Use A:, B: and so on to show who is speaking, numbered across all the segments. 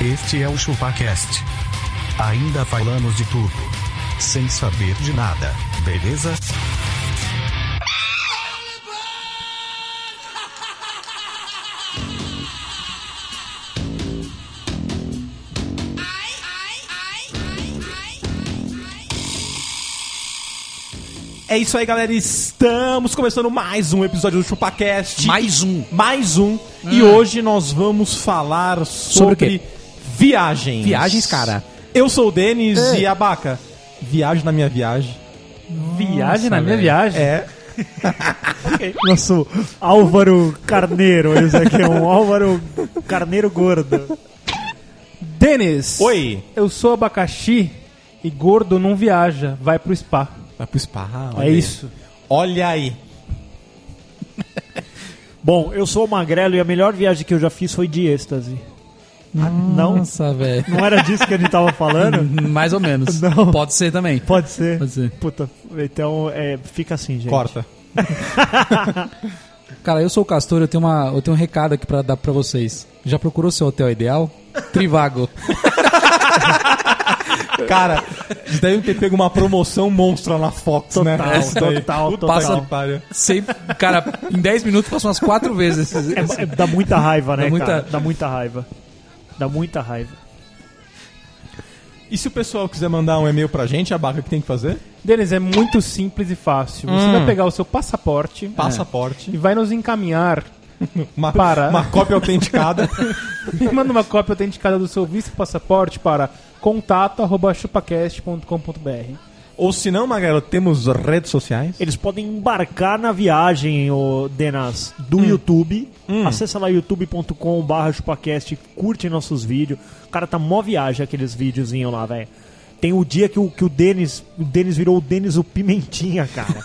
A: Este é o ChupaCast. Ainda falamos de tudo. Sem saber de nada, beleza?
B: É isso aí, galera. Estamos começando mais um episódio do ChupaCast.
C: Mais um. Ah.
B: Mais um. E hoje nós vamos falar
C: Sobre o
B: sobre,
C: quê?
B: viagens.
C: Viagens, cara.
B: Eu sou o Denis e a Baca. Viagem na minha viagem.
D: Viagem na minha
C: velho.
D: viagem.
B: É.
D: Nosso Álvaro Carneiro. Esse aqui é um Álvaro Carneiro gordo. Denis.
B: Oi.
D: Eu sou abacaxi e gordo não viaja, vai pro spa.
B: Vai pro spa.
D: é isso.
B: Olha aí.
D: Bom, eu sou magrelo e a melhor viagem que eu já fiz foi de êxtase. Ah, não,
C: Nossa, velho.
D: não era disso que a gente tava falando?
C: Mais ou menos.
D: Não.
C: Pode ser também.
D: Pode ser.
C: Pode ser.
D: Puta, então é, fica assim, gente.
B: Corta.
C: Cara, eu sou o Castor, eu tenho, uma, eu tenho um recado aqui pra dar pra vocês. Já procurou seu hotel ideal? Trivago.
B: Cara, eles devem ter pego uma promoção monstra na Fox, né?
D: Total,
B: Isso daí.
D: total,
B: Puta
C: total.
B: que pariu.
C: Sei, cara, em 10 minutos passou umas 4 vezes. esses-
D: É, é- dá muita raiva, né,
C: Dá muita-
D: cara? Dá muita raiva. Dá muita raiva.
B: E se o pessoal quiser mandar um e-mail pra gente, a Baca, o que tem que fazer?
E: Denis, é muito simples e fácil. Você
B: Hum.
E: vai pegar o seu passaporte
B: Passaporte.
C: Hum.
E: e vai nos encaminhar.
B: Uma,
E: Para.
B: uma cópia autenticada.
E: Me manda uma cópia autenticada do seu visto e passaporte para contato.chupacast.com.br.
B: Ou se não, Magrelo, temos redes sociais.
D: Eles podem embarcar na viagem, o Denas, do YouTube. Acessa lá youtube.com.br chupacast, curte nossos vídeos. O cara tá mó viagem aqueles videozinhos lá, velho. Tem o dia que o, que o Denis o Denis virou o Denis o Pimentinha, cara.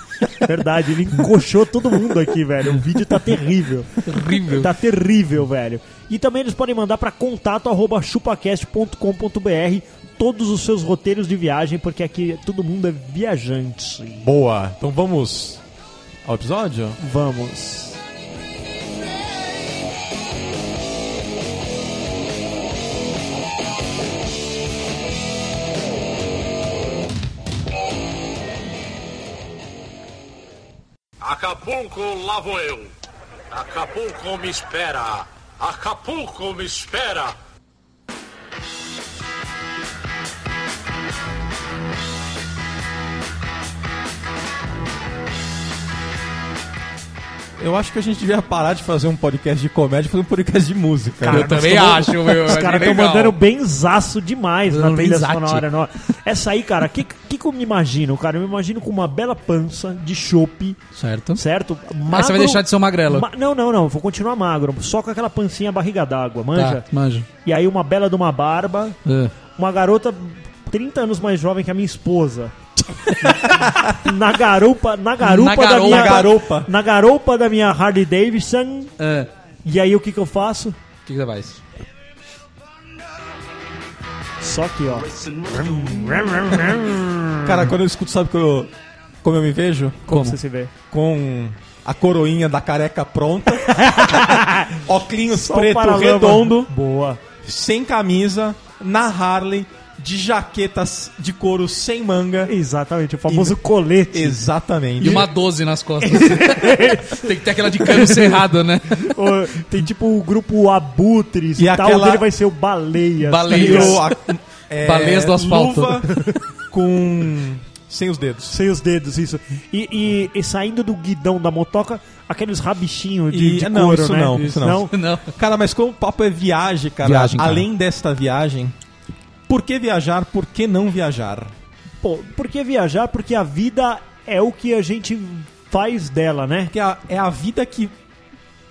D: Verdade, ele encoxou todo mundo aqui, velho. O vídeo tá terrível.
C: Horrível.
D: Tá terrível, velho. E também eles podem mandar para contato@chupacast.com.br todos os seus roteiros de viagem, porque aqui todo mundo é viajante.
B: Boa. Então vamos ao episódio?
D: Vamos.
F: Acapulco, lá vou eu. Acapulco me espera. Acapulco me espera.
B: Eu acho que a gente devia parar de fazer um podcast de comédia e fazer um podcast de música.
C: eu também acho, É meu.
D: Os caras estão mandando benzaço demais na
C: Mandando
D: trilha
C: benzate.
D: sonora. não. Essa aí, cara, o que, que, que eu me imagino, cara? Eu me imagino com uma bela pança de chope,
C: Certo.
D: certo? Magro,
C: Aí você vai deixar de ser um magrelo.
D: Ma- Não, não, não. Vou continuar magro. Só com aquela pancinha barriga d'água, manja?
C: Tá, manja.
D: E aí uma bela de uma barba,
C: É.
D: uma garota 30 anos mais jovem que a minha esposa. na garupa, na garupa
C: Na
D: da
C: garupa.
D: minha
C: Na
B: garupa.
D: na garupa da minha Harley Davidson.
C: É.
D: E aí o que que eu faço?
C: O que que você faz?
D: Só que ó,
B: Cara, quando eu escuto, sabe que eu, como eu me vejo?
C: Como?
D: você se vê.
B: Com a coroinha da careca pronta, óculos
D: Só o
B: preto
D: paralama.
B: redondo,
D: Boa.
B: sem camisa, na Harley, de jaquetas de couro sem manga.
D: Exatamente, o famoso
B: E-
D: colete.
B: Exatamente.
C: E uma 12 nas costas. Tem que ter aquela de cano cerrado, né?
D: Ô, Tem tipo o grupo Abutres
B: E
D: e, tal,
B: aquela-
D: o dele vai ser o assim. Baleias.
B: E
C: Baleias.
B: eu, a- é,
C: Baleias do asfalto.
B: Luva com... sem os dedos.
D: Sem os dedos, isso. E, e- e saindo do guidão da motoca, aqueles rabichinhos de,
B: E-
D: de
B: não,
D: couro,
B: isso
D: né?
B: não, isso não.
C: Não.
B: Cara, mas como o papo é viagem, cara,
C: Viagem, cara.
B: além desta viagem, por que viajar? Por que não viajar?
D: Pô, por que viajar? Porque a vida é o que a gente faz dela, né?
B: Porque a- é a vida que.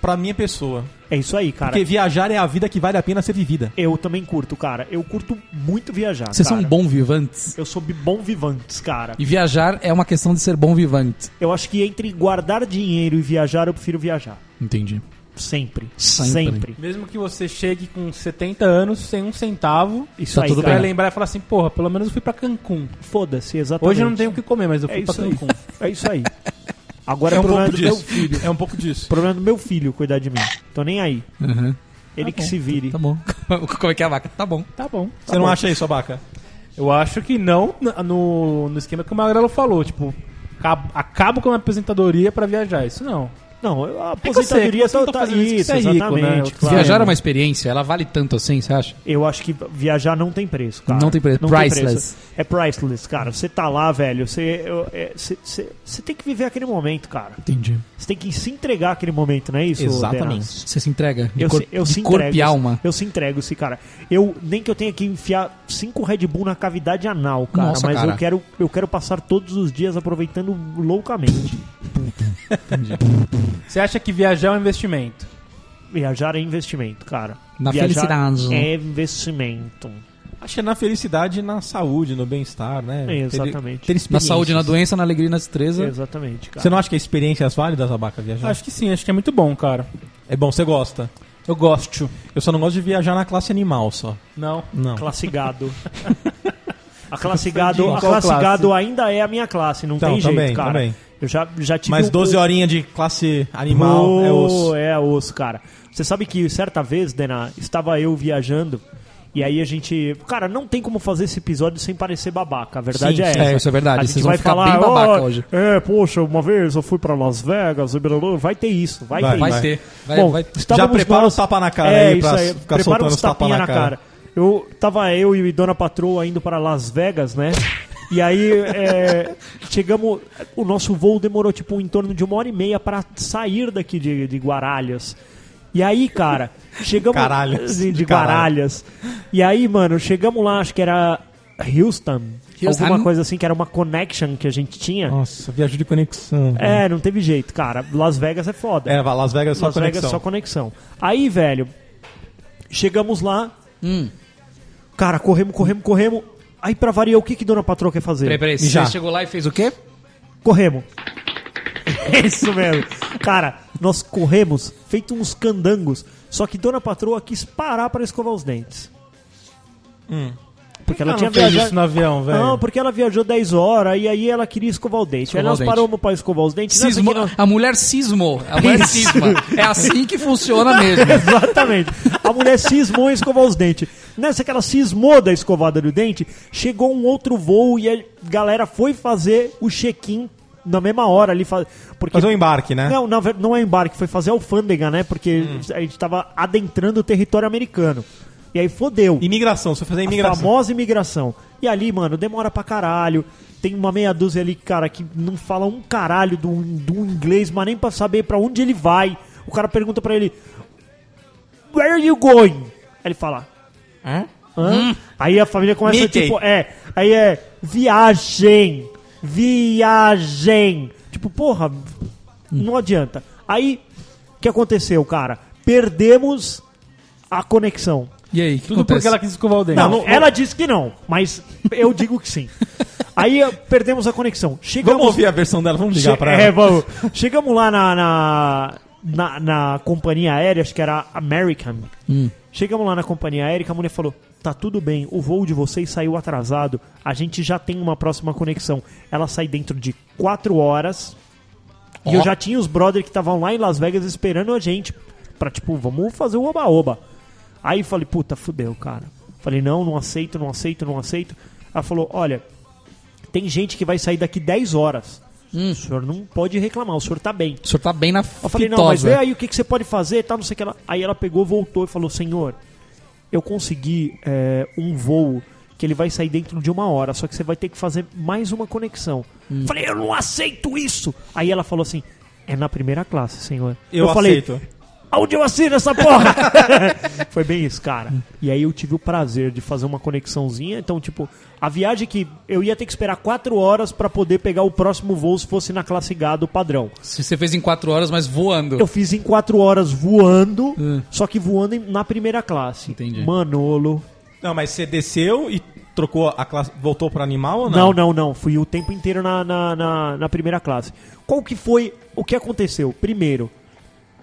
B: Pra minha pessoa.
D: É isso aí, cara.
B: Porque viajar é a vida que vale a pena ser vivida.
D: Eu também curto, cara. Eu curto muito viajar,
C: Vocês são
D: cara.
C: bom vivantes.
D: Eu sou bi- bom vivantes, cara.
C: E viajar é uma questão de ser bom vivante.
D: Eu acho que entre guardar dinheiro e viajar, eu prefiro viajar.
C: Entendi.
D: Sempre.
C: Sempre.
D: Sempre.
E: Mesmo que você chegue com 70 anos, sem um centavo,
D: Isso
C: Tá
D: aí,
C: tudo
E: vai
D: cara.
C: bem.
E: lembrar e falar assim, porra, pelo menos eu fui pra Cancún.
D: Foda-se, exatamente.
E: Hoje eu não tenho o que comer, mas eu fui
D: É
E: pra
D: isso aí.
E: Cancún.
D: É isso aí.
C: um
D: Agora é o problema do meu filho.
B: É um pouco disso.
D: problema do meu filho cuidar de mim. Tô nem aí.
C: Uhum.
D: Ele que se vire.
C: Tá bom. Como é que é a vaca? Tá bom.
E: Tá bom.
B: Você não acha isso, Abaca?
E: Eu acho que não na- no, no esquema que o Magrelo falou, tipo, acabo, acabo com a aposentadoria pra viajar. Isso não.
D: Não, eu- a
E: É que eu sei,
D: aposentadoria
E: você não tá fazendo isso que você é rico, né?
D: exatamente.
E: Eu-
D: claro.
C: Viajar é uma experiência, ela vale tanto assim, você acha?
D: Eu acho que viajar não tem preço, cara.
C: Não tem preço. Priceless.
D: É priceless, cara. Você tá lá, velho. Você, eu- é, você, você- você tem que viver aquele momento, cara.
C: Entendi.
D: Você tem que se entregar aquele momento, não é isso? Denas?
C: Você se entrega de,
D: Eu,
C: cor-
D: se, eu
C: de
D: se
C: corpo
D: entrego,
C: e alma.
D: Eu se entrego, esse cara. Eu nem que eu tenha que enfiar cinco Red Bull na cavidade anal, cara,
C: Nossa,
D: mas
C: cara.
D: eu quero eu quero passar todos os dias aproveitando loucamente.
E: Você acha que viajar é um investimento?
D: Viajar é investimento, cara.
C: Na
D: Viajar
C: felicidade.
D: É investimento.
B: Acho que é na felicidade e na saúde, no bem-estar, né? Ter-
D: Exatamente.
B: ter
C: Na
B: experiências.
C: saúde, na doença, na alegria, e na destreza.
D: Exatamente, cara.
B: Você não acha que é experiências válidas, Abaca, viajar?
E: Acho que sim, acho que é muito bom, cara.
B: É bom, você gosta.
E: Eu gosto.
B: Eu só não gosto de viajar na classe animal, só.
E: Não.
B: Não.
D: Classe gado. A classe gado, a
E: Qual
D: classe
E: classe?
D: gado ainda é a minha classe, não
B: Então,
D: tem jeito,
B: também,
D: cara.
B: também.
D: Eu já, já tive
B: Mas
D: um
B: 12
D: pouco-
B: horinhas de classe animal
D: Pô,
B: é osso.
D: É osso, cara. Você sabe que certa vez, Dena, estava eu viajando e aí a gente. Cara, não tem como fazer esse episódio sem parecer babaca. A verdade
B: Sim,
D: é
B: sim.
D: essa.
C: É, isso é verdade.
D: A
C: Vocês
D: gente
C: vão
D: vai
C: ficar
D: falar,
C: bem babaca
D: "Ó,
C: hoje."
D: É, poxa, uma vez eu fui pra Las Vegas, e blá, blá, blá." vai ter isso, vai,
B: Vai,
D: ter
C: Vai
D: isso.
C: ter. Vai,
D: Bom,
C: vai-
B: Já
D: estávamos
B: prepara
D: nós-
B: o tapa na cara
D: é,
B: aí pra
D: isso aí.
B: ficar
D: prepara
B: soltando
D: uns
B: os tapa
D: tapinha
B: na
D: na cara.
B: cara.
D: Eu tava eu e Dona Patroa indo para Las Vegas, né? E aí é, chegamos. O nosso voo demorou tipo em torno de uma hora e meia para sair daqui de, de Guaralhas. E aí, cara, chegamos
B: Caralhas,
D: de, de
B: de caralho.
D: Guaralhas. E aí, mano, chegamos lá, acho que era Houston,
C: Houston.
D: alguma coisa assim que era uma connection que a gente tinha.
B: Nossa, viajo de conexão.
D: É, não teve jeito, cara. Las Vegas é foda.
B: É, vai, Las Vegas é só
D: Las
B: conexão.
D: Vegas só conexão. Aí, velho, chegamos lá.
C: Hum.
D: Cara, corremos, corremos, corremos. Aí, pra variar, o que que Dona Patroa quer fazer?
C: Peraí, peraí. Você
B: Já.
C: chegou lá e fez o quê?
D: Corremos. Isso mesmo. Cara, nós corremos, feito uns candangos. Só que Dona Patroa quis parar pra escovar os dentes. Porque ela tinha
E: não fez
D: viajado...
B: né?
E: isso no avião, velho.
D: Não, porque ela viajou 10 horas e aí ela queria escovar o dente.
C: Escovar
D: aí nós
C: o dente.
D: paramos pra escovar os dentes. né? nessa
C: Cismo,
D: que nós-
C: a mulher cismou. A mulher
D: Isso.
C: cisma. É assim que funciona mesmo.
D: Exatamente. A mulher cismou em escovar os dentes. Nessa que ela cismou da escovada do dente, chegou um outro voo e a galera foi fazer o check-in na mesma hora ali. fa- Porque...
B: Fazer um embarque, Hum. né?
D: Não, na ver- não é embarque, foi fazer alfândega, né? Porque a gente tava adentrando o território americano. E aí fodeu.
B: Imigração, você fazer
D: A
B: imigração.
D: famosa imigração. E ali, mano, demora pra caralho. Tem uma meia dúzia ali, cara, que não fala um caralho do, do inglês, mas nem pra saber pra onde ele vai. O cara pergunta pra ele: Where are you going? Aí ele fala: Hã? Aí a família começa
B: Hum. Mickey.
D: tipo: É, aí é viagem, viagem. Tipo, porra, não adianta. Aí, o que aconteceu, cara? Perdemos a conexão.
C: E aí, o que
E: Tudo
C: acontece?
E: porque ela quis escovar o dente.
D: Não, ela disse que não, mas eu digo que sim. Aí eh, perdemos a conexão. Chegamos,
B: Vamos ouvir a versão dela, vamos ligar
D: Che-
B: pra
D: é,
B: ela.
D: vamos. Chegamos lá na, na, na, na companhia aérea, acho que era American.
B: Hum.
D: Chegamos lá na companhia aérea e a mulher falou: Tá tudo bem, o voo de vocês saiu atrasado, a gente já tem uma próxima conexão. Ela sai dentro de 4 horas. E eu já tinha os brother que estavam lá em Las Vegas esperando a gente. Pra tipo, vamos fazer o oba-oba. Aí falei, puta, fudeu, cara. Falei, não, não aceito, não aceito, não aceito. Ela falou, olha, tem gente que vai sair daqui 10 horas. O senhor não pode reclamar, o senhor tá bem.
C: O senhor tá bem na
D: Eu falei, não, mas vê aí o que, que você pode fazer, tá, não sei o que lá. Aí ela pegou, voltou e falou, senhor, eu consegui é, um voo que ele vai sair dentro de uma hora, só que você vai ter que fazer mais uma conexão. Falei, eu não aceito isso! Aí ela falou assim, é na primeira classe, senhor.
B: Eu,
D: falei,
B: aceito.
D: Aonde eu assino essa porra? Foi bem isso, cara. E aí eu tive o prazer de fazer uma conexãozinha. Então, tipo, a viagem que eu ia ter que esperar quatro horas pra poder pegar o próximo voo se fosse na classe gado padrão.
C: Se você fez em quatro horas, mas voando.
D: Eu fiz em quatro horas voando, só que voando em- na primeira classe.
C: Entendi.
D: Manolo.
B: Não, mas você desceu e trocou a classe. Voltou pro animal ou
D: Não,
B: não?
D: não, não. Fui o tempo inteiro na, na, na- na primeira classe. Qual que foi o que aconteceu? Primeiro,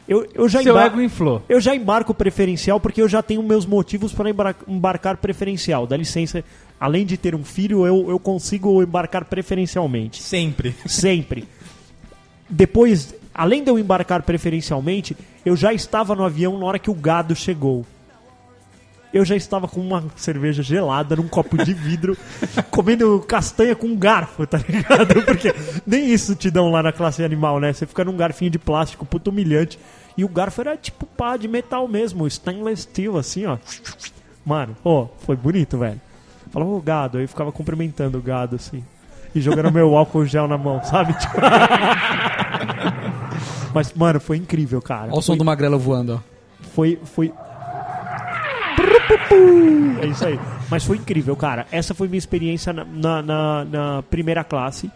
D: eu, eu já
E: Seu
D: embar-
E: ego inflou.
D: Eu já embarco preferencial porque eu já tenho meus motivos para embra- embarcar preferencial. Dá licença, além de ter um filho, eu, eu consigo embarcar preferencialmente.
B: Sempre.
D: Sempre. Depois, Além de eu embarcar preferencialmente, eu já estava no avião na hora que o gado chegou. Eu já estava com uma cerveja gelada num copo de vidro, comendo castanha com um garfo, tá ligado? Porque nem isso te dão lá na classe animal, né? Você fica num garfinho de plástico, puto humilhante. E o garfo era tipo pá de metal mesmo, stainless steel, assim, ó. Mano, ó, foi bonito, velho. Falou, ô gado, aí eu ficava cumprimentando o gado, assim. E jogando meu álcool gel na mão, sabe? Tipo... Mas, mano, foi incrível, cara.
C: Olha o som do Magrelo voando, ó.
D: Foi, foi. Prupupu! É isso aí. Mas foi incrível, cara. Essa foi minha experiência na, na, na- na primeira classe.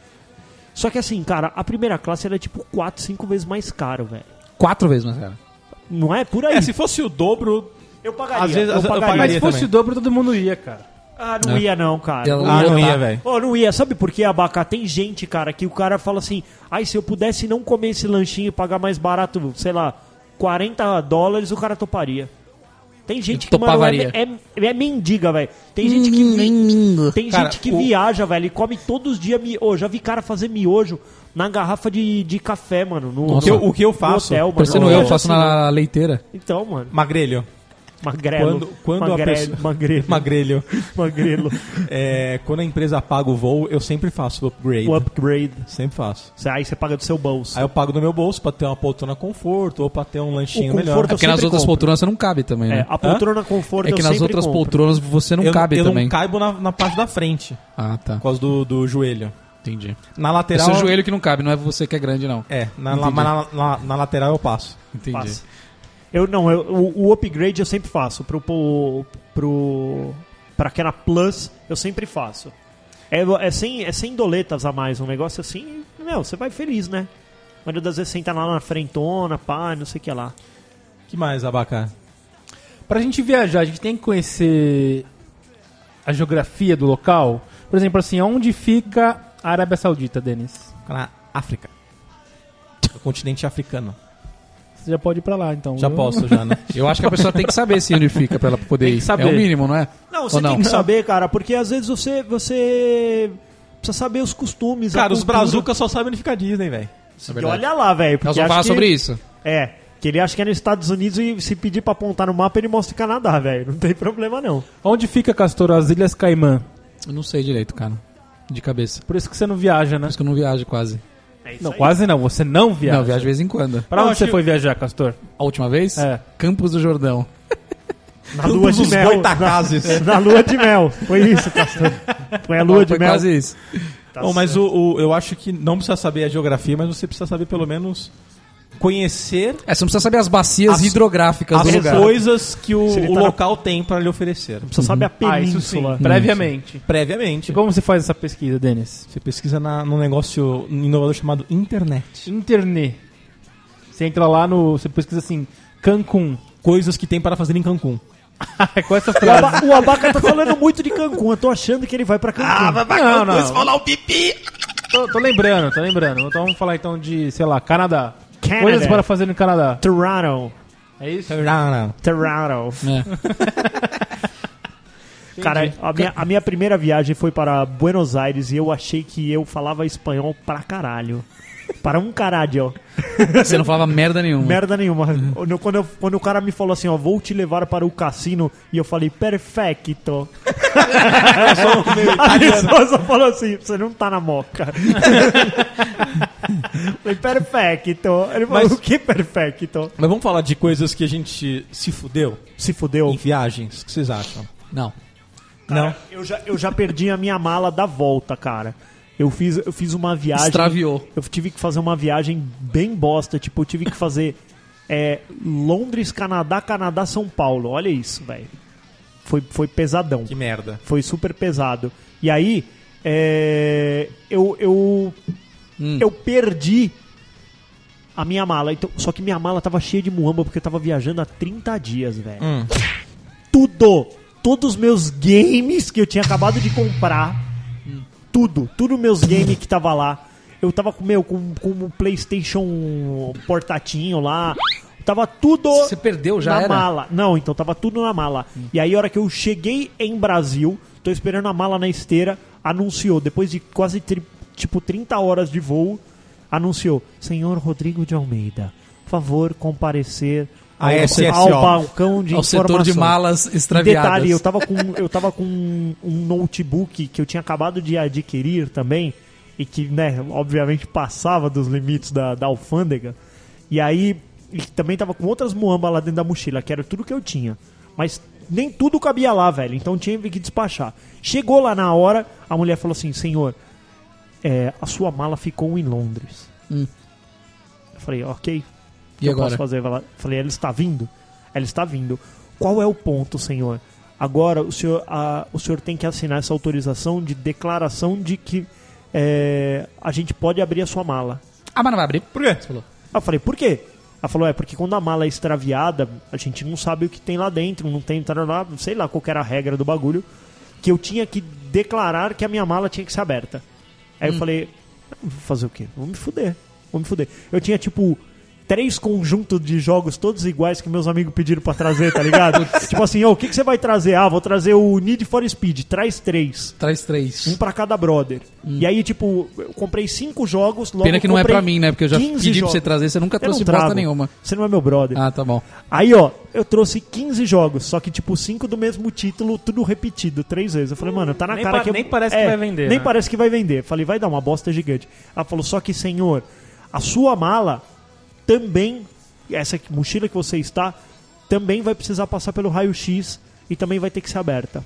D: Só que assim, cara, a primeira classe era tipo 4, 5 vezes mais caro, velho.
C: Quatro vezes mais, cara.
D: Não é por aí.
B: É, se fosse o dobro,
D: Eu pagaria.
B: Às vezes-
D: eu
B: eu
D: pagaria.
E: Mas
B: pagaria.
E: se
B: Faria
E: fosse
B: também.
E: o dobro, todo mundo ia, cara.
D: Ah, não ia não, cara.
C: Ela-
B: Ah, não
C: Lotar.
B: ia, velho.
D: Ô, não ia, sabe por quê, Abacá? Tem gente, cara, que o cara fala assim: ai, se eu pudesse não comer esse lanchinho e pagar mais barato, sei lá, 40 dólares, o cara toparia. Tem gente que, mano, é,
C: Topavaria.
D: é, é mendiga, velho. Tem gente que, vi- tem
B: Cara,
D: gente que
B: o-
D: viaja, velho, e come todos os dias miojo. Já vi cara fazer miojo na garrafa de, de café, mano. No,
B: o que,
D: no-
B: eu, o que eu
D: no
B: faço,
D: hotel, mano.
C: Parecendo eu,
D: viajo
C: faço
D: assim, mano.
C: na leiteira. É
D: Então, mano,
B: magrelho,
D: magrelo.
B: Quando- quando a
D: magrelo,
B: pessoa-
D: magrelo,
B: magrelho,
D: magrelo.
B: é, quando a empresa paga o voo, eu sempre faço o upgrade.
D: O upgrade.
B: Sempre faço.
D: Cê- Aí você paga do seu bolso.
B: Aí eu pago no meu bolso pra ter uma poltrona conforto ou pra ter um lanchinho
D: O
B: melhor.
D: conforto Eu
C: Porque nas
D: sempre
C: outras
D: compro.
C: poltronas você não cabe também,
D: É,
C: né?
D: a poltrona conforto
C: É que
D: eu
C: nas
D: sempre
C: outras
D: compro.
C: poltronas você não
B: eu,
C: cabe
B: eu
C: também.
B: não caibo na, na parte da frente,
C: Ah, tá.
B: por causa do, do joelho.
C: Entendi.
B: Na
C: É
B: lateral.
C: seu joelho que não cabe, não é você que é grande, não.
B: É, na, la- mas na, na- na lateral eu passo.
C: Entendi.
D: Faço. Eu não, eu- o, o upgrade eu sempre faço. Pro, pro, pro, pra aquela Plus, eu sempre faço. É, é, sem, é sem doletas a mais, um negócio assim, meu, você vai feliz, né? A maioria das vezes senta lá na frentona, pá, não sei o que lá.
B: que mais, Abacá?
E: Pra gente viajar, a gente tem que conhecer a geografia do local. Por exemplo, assim, onde fica a Arábia Saudita, Denis?
B: Fica Na África. O continente africano.
E: Você já pode ir pra lá, então.
B: Já
D: Hum.
E: Eu-
B: posso, já, né?
C: Eu acho que a pessoa tem que saber se onde fica pra ela poder
E: Tem que
C: ir.
E: saber.
C: É o mínimo, não é?
D: Não,
C: Ou
D: você
C: não?
D: tem que saber, cara, porque às vezes você, você precisa saber os costumes. a
B: Cara, os
D: cultura.
B: brazucas só sabem onde fica a Disney, velho.
C: É
D: E
C: verdade.
D: olha lá, velho.
C: Nós
D: porque
C: vamos
D: acho
C: falar
D: que-
C: sobre isso.
D: É, que ele acha que é nos Estados Unidos e se pedir pra apontar no mapa ele mostra o Canadá, velho. Não tem problema não.
E: Onde fica, Castor, as Ilhas Caimã?
C: Eu não sei direito, cara. De cabeça.
E: Por isso que você não viaja, né?
C: Por isso que eu não viajo quase.
D: É isso
E: Não,
D: aí.
E: quase não. Você não viaja.
C: Não, eu viajo de vez em quando.
E: Pra
B: Não,
E: onde você
B: acho-
E: foi viajar, Castor?
C: A última vez?
E: É.
C: Campos do Jordão.
D: Na lua de mel.
B: tá
D: É. Na,
B: Goitacazes.
D: na lua de mel. Foi isso, Castor. Foi a É lua de
C: Foi
D: mel.
C: quase isso.
D: Tá
B: Bom, mas
D: certo.
B: o, o- eu acho que não precisa saber a geografia, mas você precisa saber pelo menos conhecer
C: É, você não precisa saber as bacias
B: As-
C: hidrográficas do
B: as
C: lugar.
B: coisas que o,
D: Se ele
B: o
D: tá na-
B: local tem pra lhe oferecer.
D: Você sabe a
E: Ah, isso sim.
D: península.
E: Previamente.
B: Previamente.
E: E como você faz essa pesquisa, Denis?
B: Você pesquisa na, num negócio inovador chamado internet.
E: Internet. Você entra lá no... Você pesquisa assim... Cancún.
B: Coisas que tem para fazer em Cancún.
E: É com essa
D: o,
E: frase.
D: Aba- o Abaca tá falando muito de Cancún. Eu tô achando que ele vai pra Cancún.
E: Ah, não, não. Tô, tô lembrando, tô lembrando. Então vamos falar então de, sei lá, Canadá.
D: Canadá.
E: Coisas para fazer no Canadá.
D: Toronto.
E: É isso?
D: Toronto.
C: É.
D: Cara, a minha, a minha primeira viagem foi para Buenos Aires e eu achei que eu falava espanhol pra caralho. Para um caralho.
C: Você não falava merda
B: Hum.
C: nenhuma.
D: Merda nenhuma. Quando, quando eu- quando o cara me falou assim, ó, vou te levar para o cassino, e eu falei, perfecto. A pessoa só falou assim, você não tá na moca. falei, perfecto. Ele falou,
B: Mas-
D: o que perfecto?
B: Mas vamos falar de coisas que a gente se fudeu
D: Se fudeu.
B: em viagens. O que vocês acham?
C: Não.
B: Não.
D: Eu já, eu já perdi a minha mala da volta, cara. Eu fiz, eu fiz uma viagem...
C: Extraviou.
D: Eu tive que fazer uma viagem bem bosta. Tipo, eu tive que fazer é, Londres, Canadá, Canadá, São Paulo. Olha isso, velho. Foi, foi pesadão.
B: Que merda.
D: Foi super pesado. E aí, é, eu, eu,
C: Hum.
D: eu perdi a minha mala. Então, só que minha mala tava cheia de muamba porque eu tava viajando há 30 dias, velho.
C: Hum.
D: Tudo! Todos os meus games que eu tinha acabado de comprar. Tudo, tudo meus games que tava lá. Eu tava com, meu, com, com o PlayStation portatinho lá. Tava tudo
C: Você perdeu, já
D: na
C: era?
D: mala. Não, então tava tudo na mala. E aí, a hora que eu cheguei em Brasil, tô esperando a mala na esteira, anunciou, depois de quase tri- tipo 30 horas de voo, anunciou: Senhor Rodrigo de Almeida, favor comparecer
B: A
D: ao,
B: SSO.
D: ao balcão de
C: Ao setor
D: informação.
C: de malas
D: E
C: extraviadas.
D: Detalhe, eu tava com eu tava com um um notebook que eu tinha acabado de adquirir também e que, né, obviamente passava dos limites da, da alfândega. E aí e também tava com outras muambas lá dentro da mochila, que era tudo que eu tinha. Mas nem tudo cabia lá, velho. Então tinha que despachar. Chegou lá na hora, a mulher falou assim: "Senhor, é, a sua mala ficou em Londres".
C: Hum.
D: Eu falei: "OK,
C: E
D: eu
C: agora?
D: posso fazer? Ela- Falei, ela está vindo? Ela está vindo. Qual é o ponto, senhor? Agora o senhor, a- o senhor tem que assinar essa autorização de declaração de que é, a gente pode abrir a sua mala.
C: Ah, mas não vai abrir.
B: Por quê?
D: Aí Eu falei, por quê? Ela falou, é porque quando a mala é extraviada, a gente não sabe o que tem lá dentro, não tem, tarará, sei lá qual que era a regra do bagulho, que eu tinha que declarar que a minha mala tinha que ser aberta. Aí eu falei, vou fazer o quê? Vou me fuder, vou me fuder. Eu tinha, tipo, três conjuntos de jogos todos iguais que meus amigos pediram pra trazer, tá ligado? tipo assim, ô, o que, que você vai trazer? Ah, vou trazer o Need for Speed, traz três.
C: Traz três.
D: Um pra cada brother. E aí, tipo, eu comprei cinco jogos, logo
C: Hum. Pena que não é
D: comprei
C: pra mim, né? Porque eu já
D: 15
C: pedi pra
D: jogos.
C: você trazer, você nunca
D: Eu
C: trouxe
D: não trago.
C: bosta nenhuma.
D: Você não é meu brother.
C: Ah, tá bom.
D: Aí, ó, eu trouxe 15 jogos, só que, tipo, cinco do mesmo título, tudo repetido, três vezes. Eu falei, mano, tá na
E: Nem
D: cara
E: pa-
D: que... eu-
E: nem parece que vai vender,
D: Nem
E: né?
D: parece que vai vender. Falei, vai dar uma bosta gigante. Ela falou, só que, senhor, a sua mala também, essa que- mochila que você está, também vai precisar passar pelo raio-x e também vai ter que ser aberta.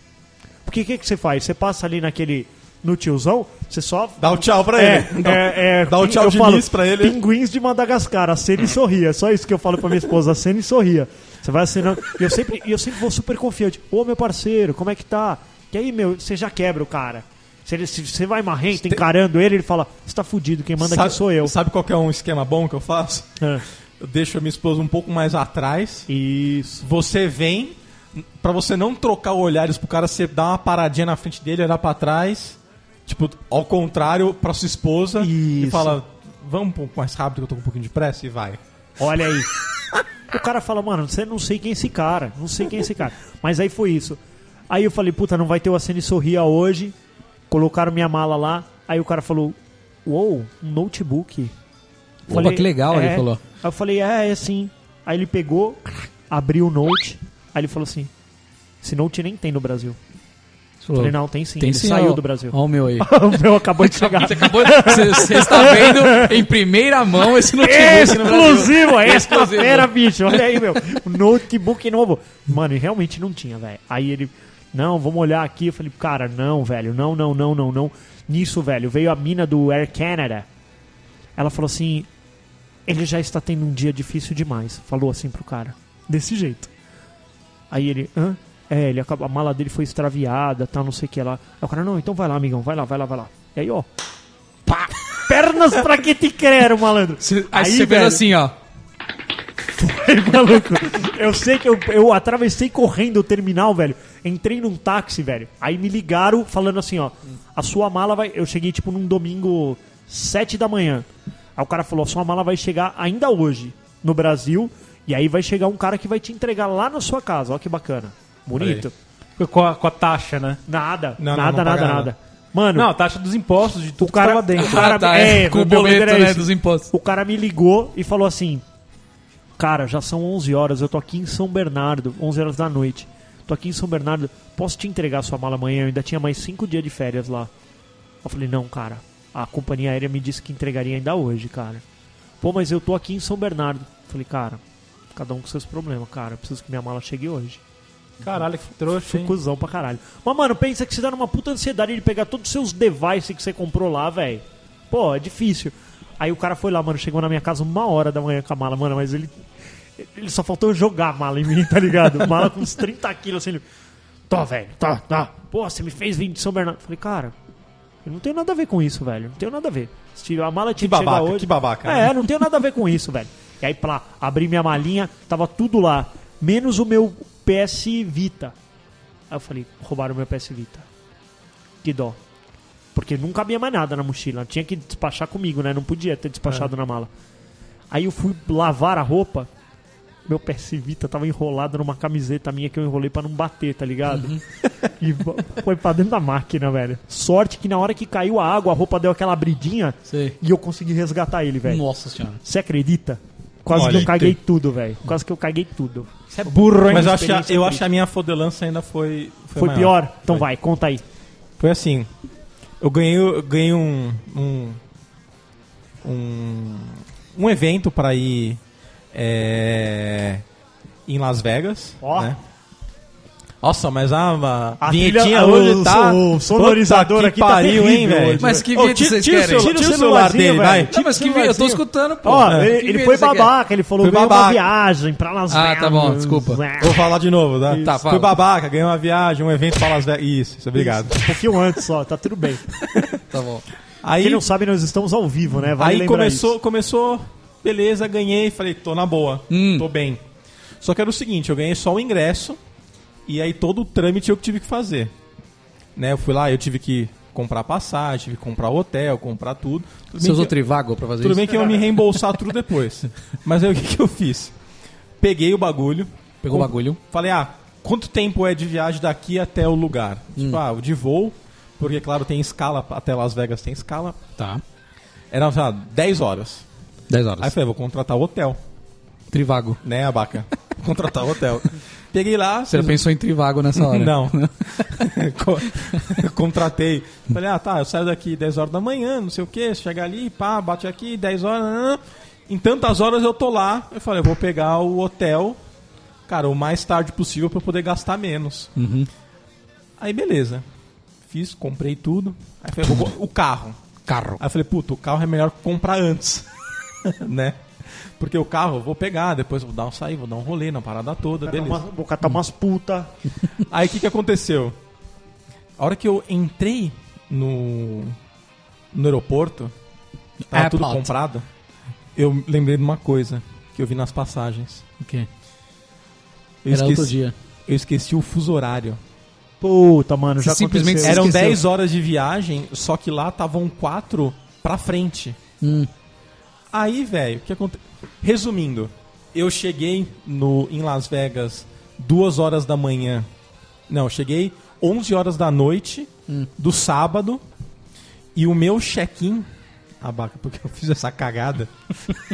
D: Porque o que, que você faz? Você passa ali naquele... No tiozão, você só
B: Dá o tchau pra
D: é,
B: ele. Então,
D: é, é,
B: Dá o
D: pin-
B: tchau
D: eu
B: de
D: falo,
B: Miss pra ele.
D: Pinguins de Madagascar, acena e sorria. É Só isso que eu falo pra minha esposa, acena e sorria. Você vai acenando. E eu sempre, e eu sempre vou super confiante. Ô, meu parceiro, como é que tá? Que aí, meu, você já quebra o cara. Se, ele, se você vai marrento, encarando ele, ele fala, você tá fudido, quem manda
B: sabe,
D: aqui sou eu.
B: Sabe qual que é um esquema bom que eu faço?
D: É.
B: Eu deixo a minha esposa um pouco mais atrás.
D: Isso.
B: Você vem, pra você não trocar olhares pro cara, você dá uma paradinha na frente dele, olhar pra trás. Tipo, ao contrário, pra sua esposa. E
D: Isso.
B: fala, vamos um pouco mais rápido que eu tô com um pouquinho de pressa e vai.
D: Olha aí. O cara fala, mano, você não sei quem é esse cara, não sei quem é esse cara. Mas aí foi isso. Aí eu falei, puta, não vai ter o Acene Sorria hoje. Colocaram minha mala lá. Aí o cara falou, uou, um notebook.
C: Opa, que legal, ele falou.
D: Aí eu falei, é, é sim. Aí ele pegou, abriu o note. Aí ele falou assim, esse note nem tem no Brasil. Eu falei, não, tem sim.
C: Tem
D: ele
C: sim,
D: saiu
C: ó.
D: do Brasil.
C: Ó o meu aí.
D: o meu acabou de chegar.
C: Você acabou... Você você está vendo em primeira mão esse notebook no Brasil.
D: Exclusivo, é esta
C: Exclusivo.
D: fera, bicho. Olha aí, meu. Um Notebook novo. Mano, e realmente não tinha, velho. Aí ele, não, vamos olhar aqui. Eu falei, cara, não, velho. Não, não, não, não, não. Nisso, velho, veio a mina do Air Canada. Ela falou assim: ele já está tendo um dia difícil demais. Falou assim pro cara. Desse jeito. Aí ele, hã? É, ele acabou, a mala dele foi extraviada, tal, não sei o que lá. Aí o cara, não, então vai lá, amigão, vai lá, vai lá, vai lá. E aí, ó. Pá! Pernas pra que te quero, malandro.
C: Você- Aí, você fez assim, ó.
D: Maluco, Tá eu sei que eu, eu atravessei correndo o terminal, velho. Entrei num táxi, velho. Aí me ligaram falando assim, ó. A sua mala vai. Eu cheguei, tipo, num domingo, sete da manhã. Aí o cara falou: a sua mala vai chegar ainda hoje no Brasil. E aí vai chegar um cara que vai te entregar lá na sua casa. Ó que bacana. Bonito.
E: Com a, com a taxa, né?
D: Nada,
B: Não, não,
D: nada,
B: não
D: nada,
B: paga
D: nada,
B: nada.
D: Mano,
E: Não, a taxa dos impostos, de tudo
D: o cara.
E: que tava dentro.
D: O cara
C: Ah, tá, é, com o
D: meu
C: boleto,
D: era
C: né,
D: esse.
C: dos impostos.
D: O cara me ligou e falou assim: Cara, já são 11 horas, eu tô aqui em São Bernardo, 11 horas da noite. Tô aqui em São Bernardo, posso te entregar sua mala amanhã? Eu ainda tinha mais 5 dias de férias lá. Eu falei: Não, cara, a companhia aérea me disse que entregaria ainda hoje, cara. Pô, mas eu tô aqui em São Bernardo. Eu falei: Cara, cada um com seus problemas, cara. Eu preciso que minha mala chegue hoje.
E: Caralho, que trouxa, hein?
D: Cusão pra caralho. Mas, mano, pensa que você dá numa puta ansiedade de pegar todos os seus devices que você comprou lá, velho. Pô, é difícil. Aí o cara foi lá, mano, chegou na minha casa uma hora da manhã com a mala, mano, mas ele. Ele só faltou jogar a mala em mim, tá ligado? Mala com uns 30 quilos, assim, ele. Tô, velho, tá, tá. Pô, você me fez vir de São Bernardo. Falei, cara, eu não tenho nada a ver com isso, velho. Não tenho nada a ver. Se tiver- a mala tinha que,
B: babaca,
D: chegar hoje.
B: que babaca,
D: É, não tenho nada a ver com isso, velho. E aí, plá, abri minha malinha, tava tudo lá. Menos o meu PS Vita. Aí eu falei, roubaram meu PS Vita. Que dó. Porque não cabia mais nada na mochila. Tinha que despachar comigo, né? Não podia ter despachado na mala. Aí eu fui lavar a roupa. Meu PS Vita tava enrolado numa camiseta minha que eu enrolei pra não bater, tá ligado? E vo- foi pra dentro da máquina, velho. Sorte que na hora que caiu a água, a roupa deu aquela abridinha
C: Sei.
D: e eu consegui resgatar ele, velho.
C: Nossa senhora.
D: Você acredita? Quase
B: Olha,
D: que eu caguei tudo, velho. Quase que eu caguei tudo.
E: Você é burro, hein?
B: Mas eu acho,
D: experiência
B: que a- eu
D: incrível.
B: acho que a minha fodelança ainda foi.
D: Foi,
B: maior.
D: pior? Então vai, conta aí.
B: Foi assim. Eu ganhei, eu ganhei um, um. Um. um evento pra ir. é, em Las Vegas.
D: Ó.
B: né? Nossa, mas a, a
D: A
B: vinhetinha
D: trilha-
B: hoje
D: o-
B: tá.
D: o sonorizador
B: puta que
D: aqui tá
B: pariu, hein,
D: terrível
B: velho?
D: hoje,
C: Mas que
B: Ô,
C: vinheta
B: ti-
C: vocês
B: tira o
C: querem?
B: celu-
D: Tira o
B: Tira o celular
D: celularzinho,
B: dele,
D: velho.
B: vai.
C: Não, mas que vinheta? Eu tô escutando, pô. É,
D: Ó,
E: né?
C: Que
D: ele, ele
C: vinheta
D: foi
C: você quer?
D: babaca, ele falou
B: Foi
D: ganhou uma
B: babaca.
D: viagem pra Las
C: Ah,
D: Vegas.
C: tá bom, desculpa.
B: Vou
D: É,
B: falar de novo, tá?
C: Tá, fala.
B: Fui babaca, ganhei uma viagem, um evento pra Las Vegas. Isso, isso, obrigado.
D: Um pouquinho antes só, tá tudo bem.
C: Tá bom.
B: Aí,
D: Quem não sabe, nós estamos ao vivo, né? Vale
B: aí
D: lembrar
B: começou,
D: isso.
B: começou, beleza, ganhei, falei, tô na boa,
C: Hum.
B: tô bem. Só que era o seguinte, eu ganhei só o ingresso e aí todo o trâmite eu que tive que fazer. Né, eu fui lá, eu tive que comprar passagem, tive que comprar hotel, comprar tudo. Tudo
C: Você
B: bem
C: usou
B: que-
C: Trivago pra fazer
B: tudo
C: isso?
B: bem que eu me reembolsar tudo depois. Mas aí o que, que eu fiz? Peguei o bagulho.
C: Pegou o
B: com-
C: bagulho.
B: Falei, ah, quanto tempo é de viagem daqui até o lugar?
C: Hum.
B: Tipo, ah, o de voo, porque claro, tem escala, até Las Vegas tem escala.
C: Tá.
B: Era, sei lá, 10 horas.
C: 10
B: Aí eu
C: horas.
B: falei, vou contratar o hotel,
C: Trivago.
B: né, abaca? Vou contratar o hotel. Peguei lá. um-
C: Você já pensou né? em Trivago nessa hora?
B: Não. Co- Contratei. Falei, ah, tá, eu saio daqui 10 horas da manhã, não sei o que, chega ali, pá, bate aqui, 10 horas. nananã. Em tantas horas eu tô lá. Eu falei, eu vou pegar o hotel, cara, o mais tarde possível pra eu poder gastar menos. Aí beleza. Fiz, comprei tudo. Aí falei, vou co- o carro.
C: Carro.
B: Aí eu falei, puta, o carro é melhor comprar antes. né? Porque o carro eu vou pegar, depois eu vou dar um sair, vou dar um rolê na parada toda,
D: Vou
B: beleza.
D: catar umas- Tá Vou catar umas puta.
B: Aí o que, que aconteceu? A hora que eu entrei no, no aeroporto, que tava tudo
C: Airport.
B: comprado, eu lembrei de uma coisa que eu vi nas passagens.
C: O quê?
B: Eu,
C: Era outro
B: esqueci,
C: dia.
B: eu esqueci o fuso horário.
D: Puta, mano, já
C: Você simplesmente
D: aconteceu.
C: Era-
B: Eram
C: esqueceu.
B: 10 horas de viagem, só que lá estavam 4 pra frente.
C: Hum.
B: Aí, velho, o que aconteceu? Resumindo, eu cheguei no, em Las Vegas 2 horas da manhã. Não, eu cheguei 11 horas da noite
C: Hum.
B: do sábado. E o meu check-in, abaca, porque eu fiz essa cagada,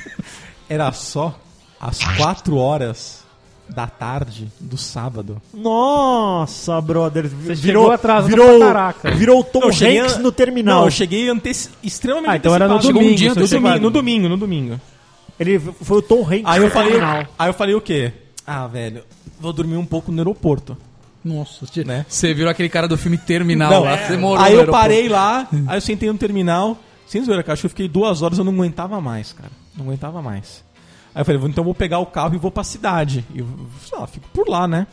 B: era só às 4 horas da tarde do sábado.
D: Nossa, brother.
E: Você
D: Virou,
E: chegou atrasado
D: virou,
E: pra caraca.
D: Virou o Tom
B: Eu cheguei
D: Hanks
B: an-
D: no terminal.
B: Não, eu cheguei anteci- extremamente
E: Ah, então era no
B: antecipado.
E: domingo,
B: Chegou
E: seu
B: um dia-
E: chegado.
B: no domingo, no domingo, no domingo.
D: Ele foi o Tom Hanks
B: Aí eu falei,
D: terminal.
B: aí eu falei o quê? Ah, velho, vou dormir um pouco no aeroporto.
C: Nossa,
B: Né?
C: você virou aquele cara do filme Terminal
B: Não,
C: lá.
B: é.
C: Você morou
B: aí
C: no
B: eu
C: aeroporto.
B: parei lá, aí eu sentei no terminal. Sem zoeira, cara, acho que eu fiquei duas horas, eu não aguentava mais, cara. Não aguentava mais. Aí eu falei, "Vou- então eu vou pegar o carro e vou pra cidade. E, eu, sei lá, fico por lá, né?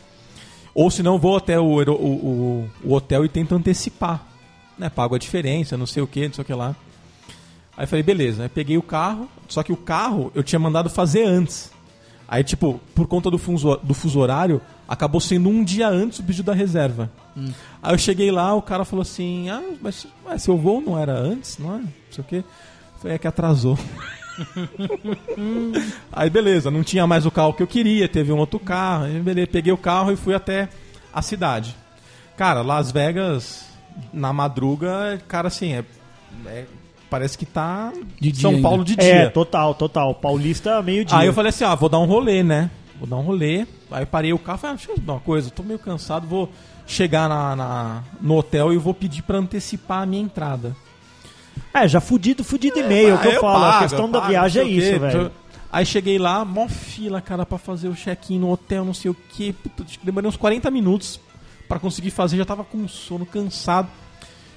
B: Ou se não, vou até o, aero- o, o- o hotel e tento antecipar. Né? Pago a diferença, não sei o que, não sei o que lá. Aí eu falei, beleza. Aí peguei o carro, só que o carro eu tinha mandado fazer antes. Aí, tipo, por conta do fuso, do fuso horário, acabou sendo um dia antes o pedido da reserva.
C: Hum.
B: Aí eu cheguei lá, o cara falou assim, ah, mas ué, seu voo não era antes, não é? Não sei o quê. Foi é que atrasou. Aí beleza, não tinha mais o carro que eu queria, teve um outro carro, aí beleza, peguei o carro e fui até a cidade. Cara, Las Vegas, na madruga, cara, assim, é. é- parece que tá
C: De dia
B: São
C: ainda.
B: Paulo de dia.
D: É, total, total. Paulista meio-dia.
B: Aí eu falei assim, ah, vou dar um rolê, né? Vou dar um rolê. Aí parei o carro, falei, ah, deixa eu dar uma coisa, tô meio cansado, vou chegar na, na- no hotel e vou pedir pra antecipar a minha entrada.
D: É, já fudido, fudido e meio, é o que
B: Ah,
D: eu, falo. a
B: pago,
D: questão
B: eu
D: da
B: pago,
D: viagem é
B: não sei o quê.
D: isso, velho.
B: Aí cheguei lá, mó fila, cara, pra fazer o check-in no hotel, não sei o que. Puta, acho que demorei uns 40 minutos pra conseguir fazer, já tava com sono, cansado.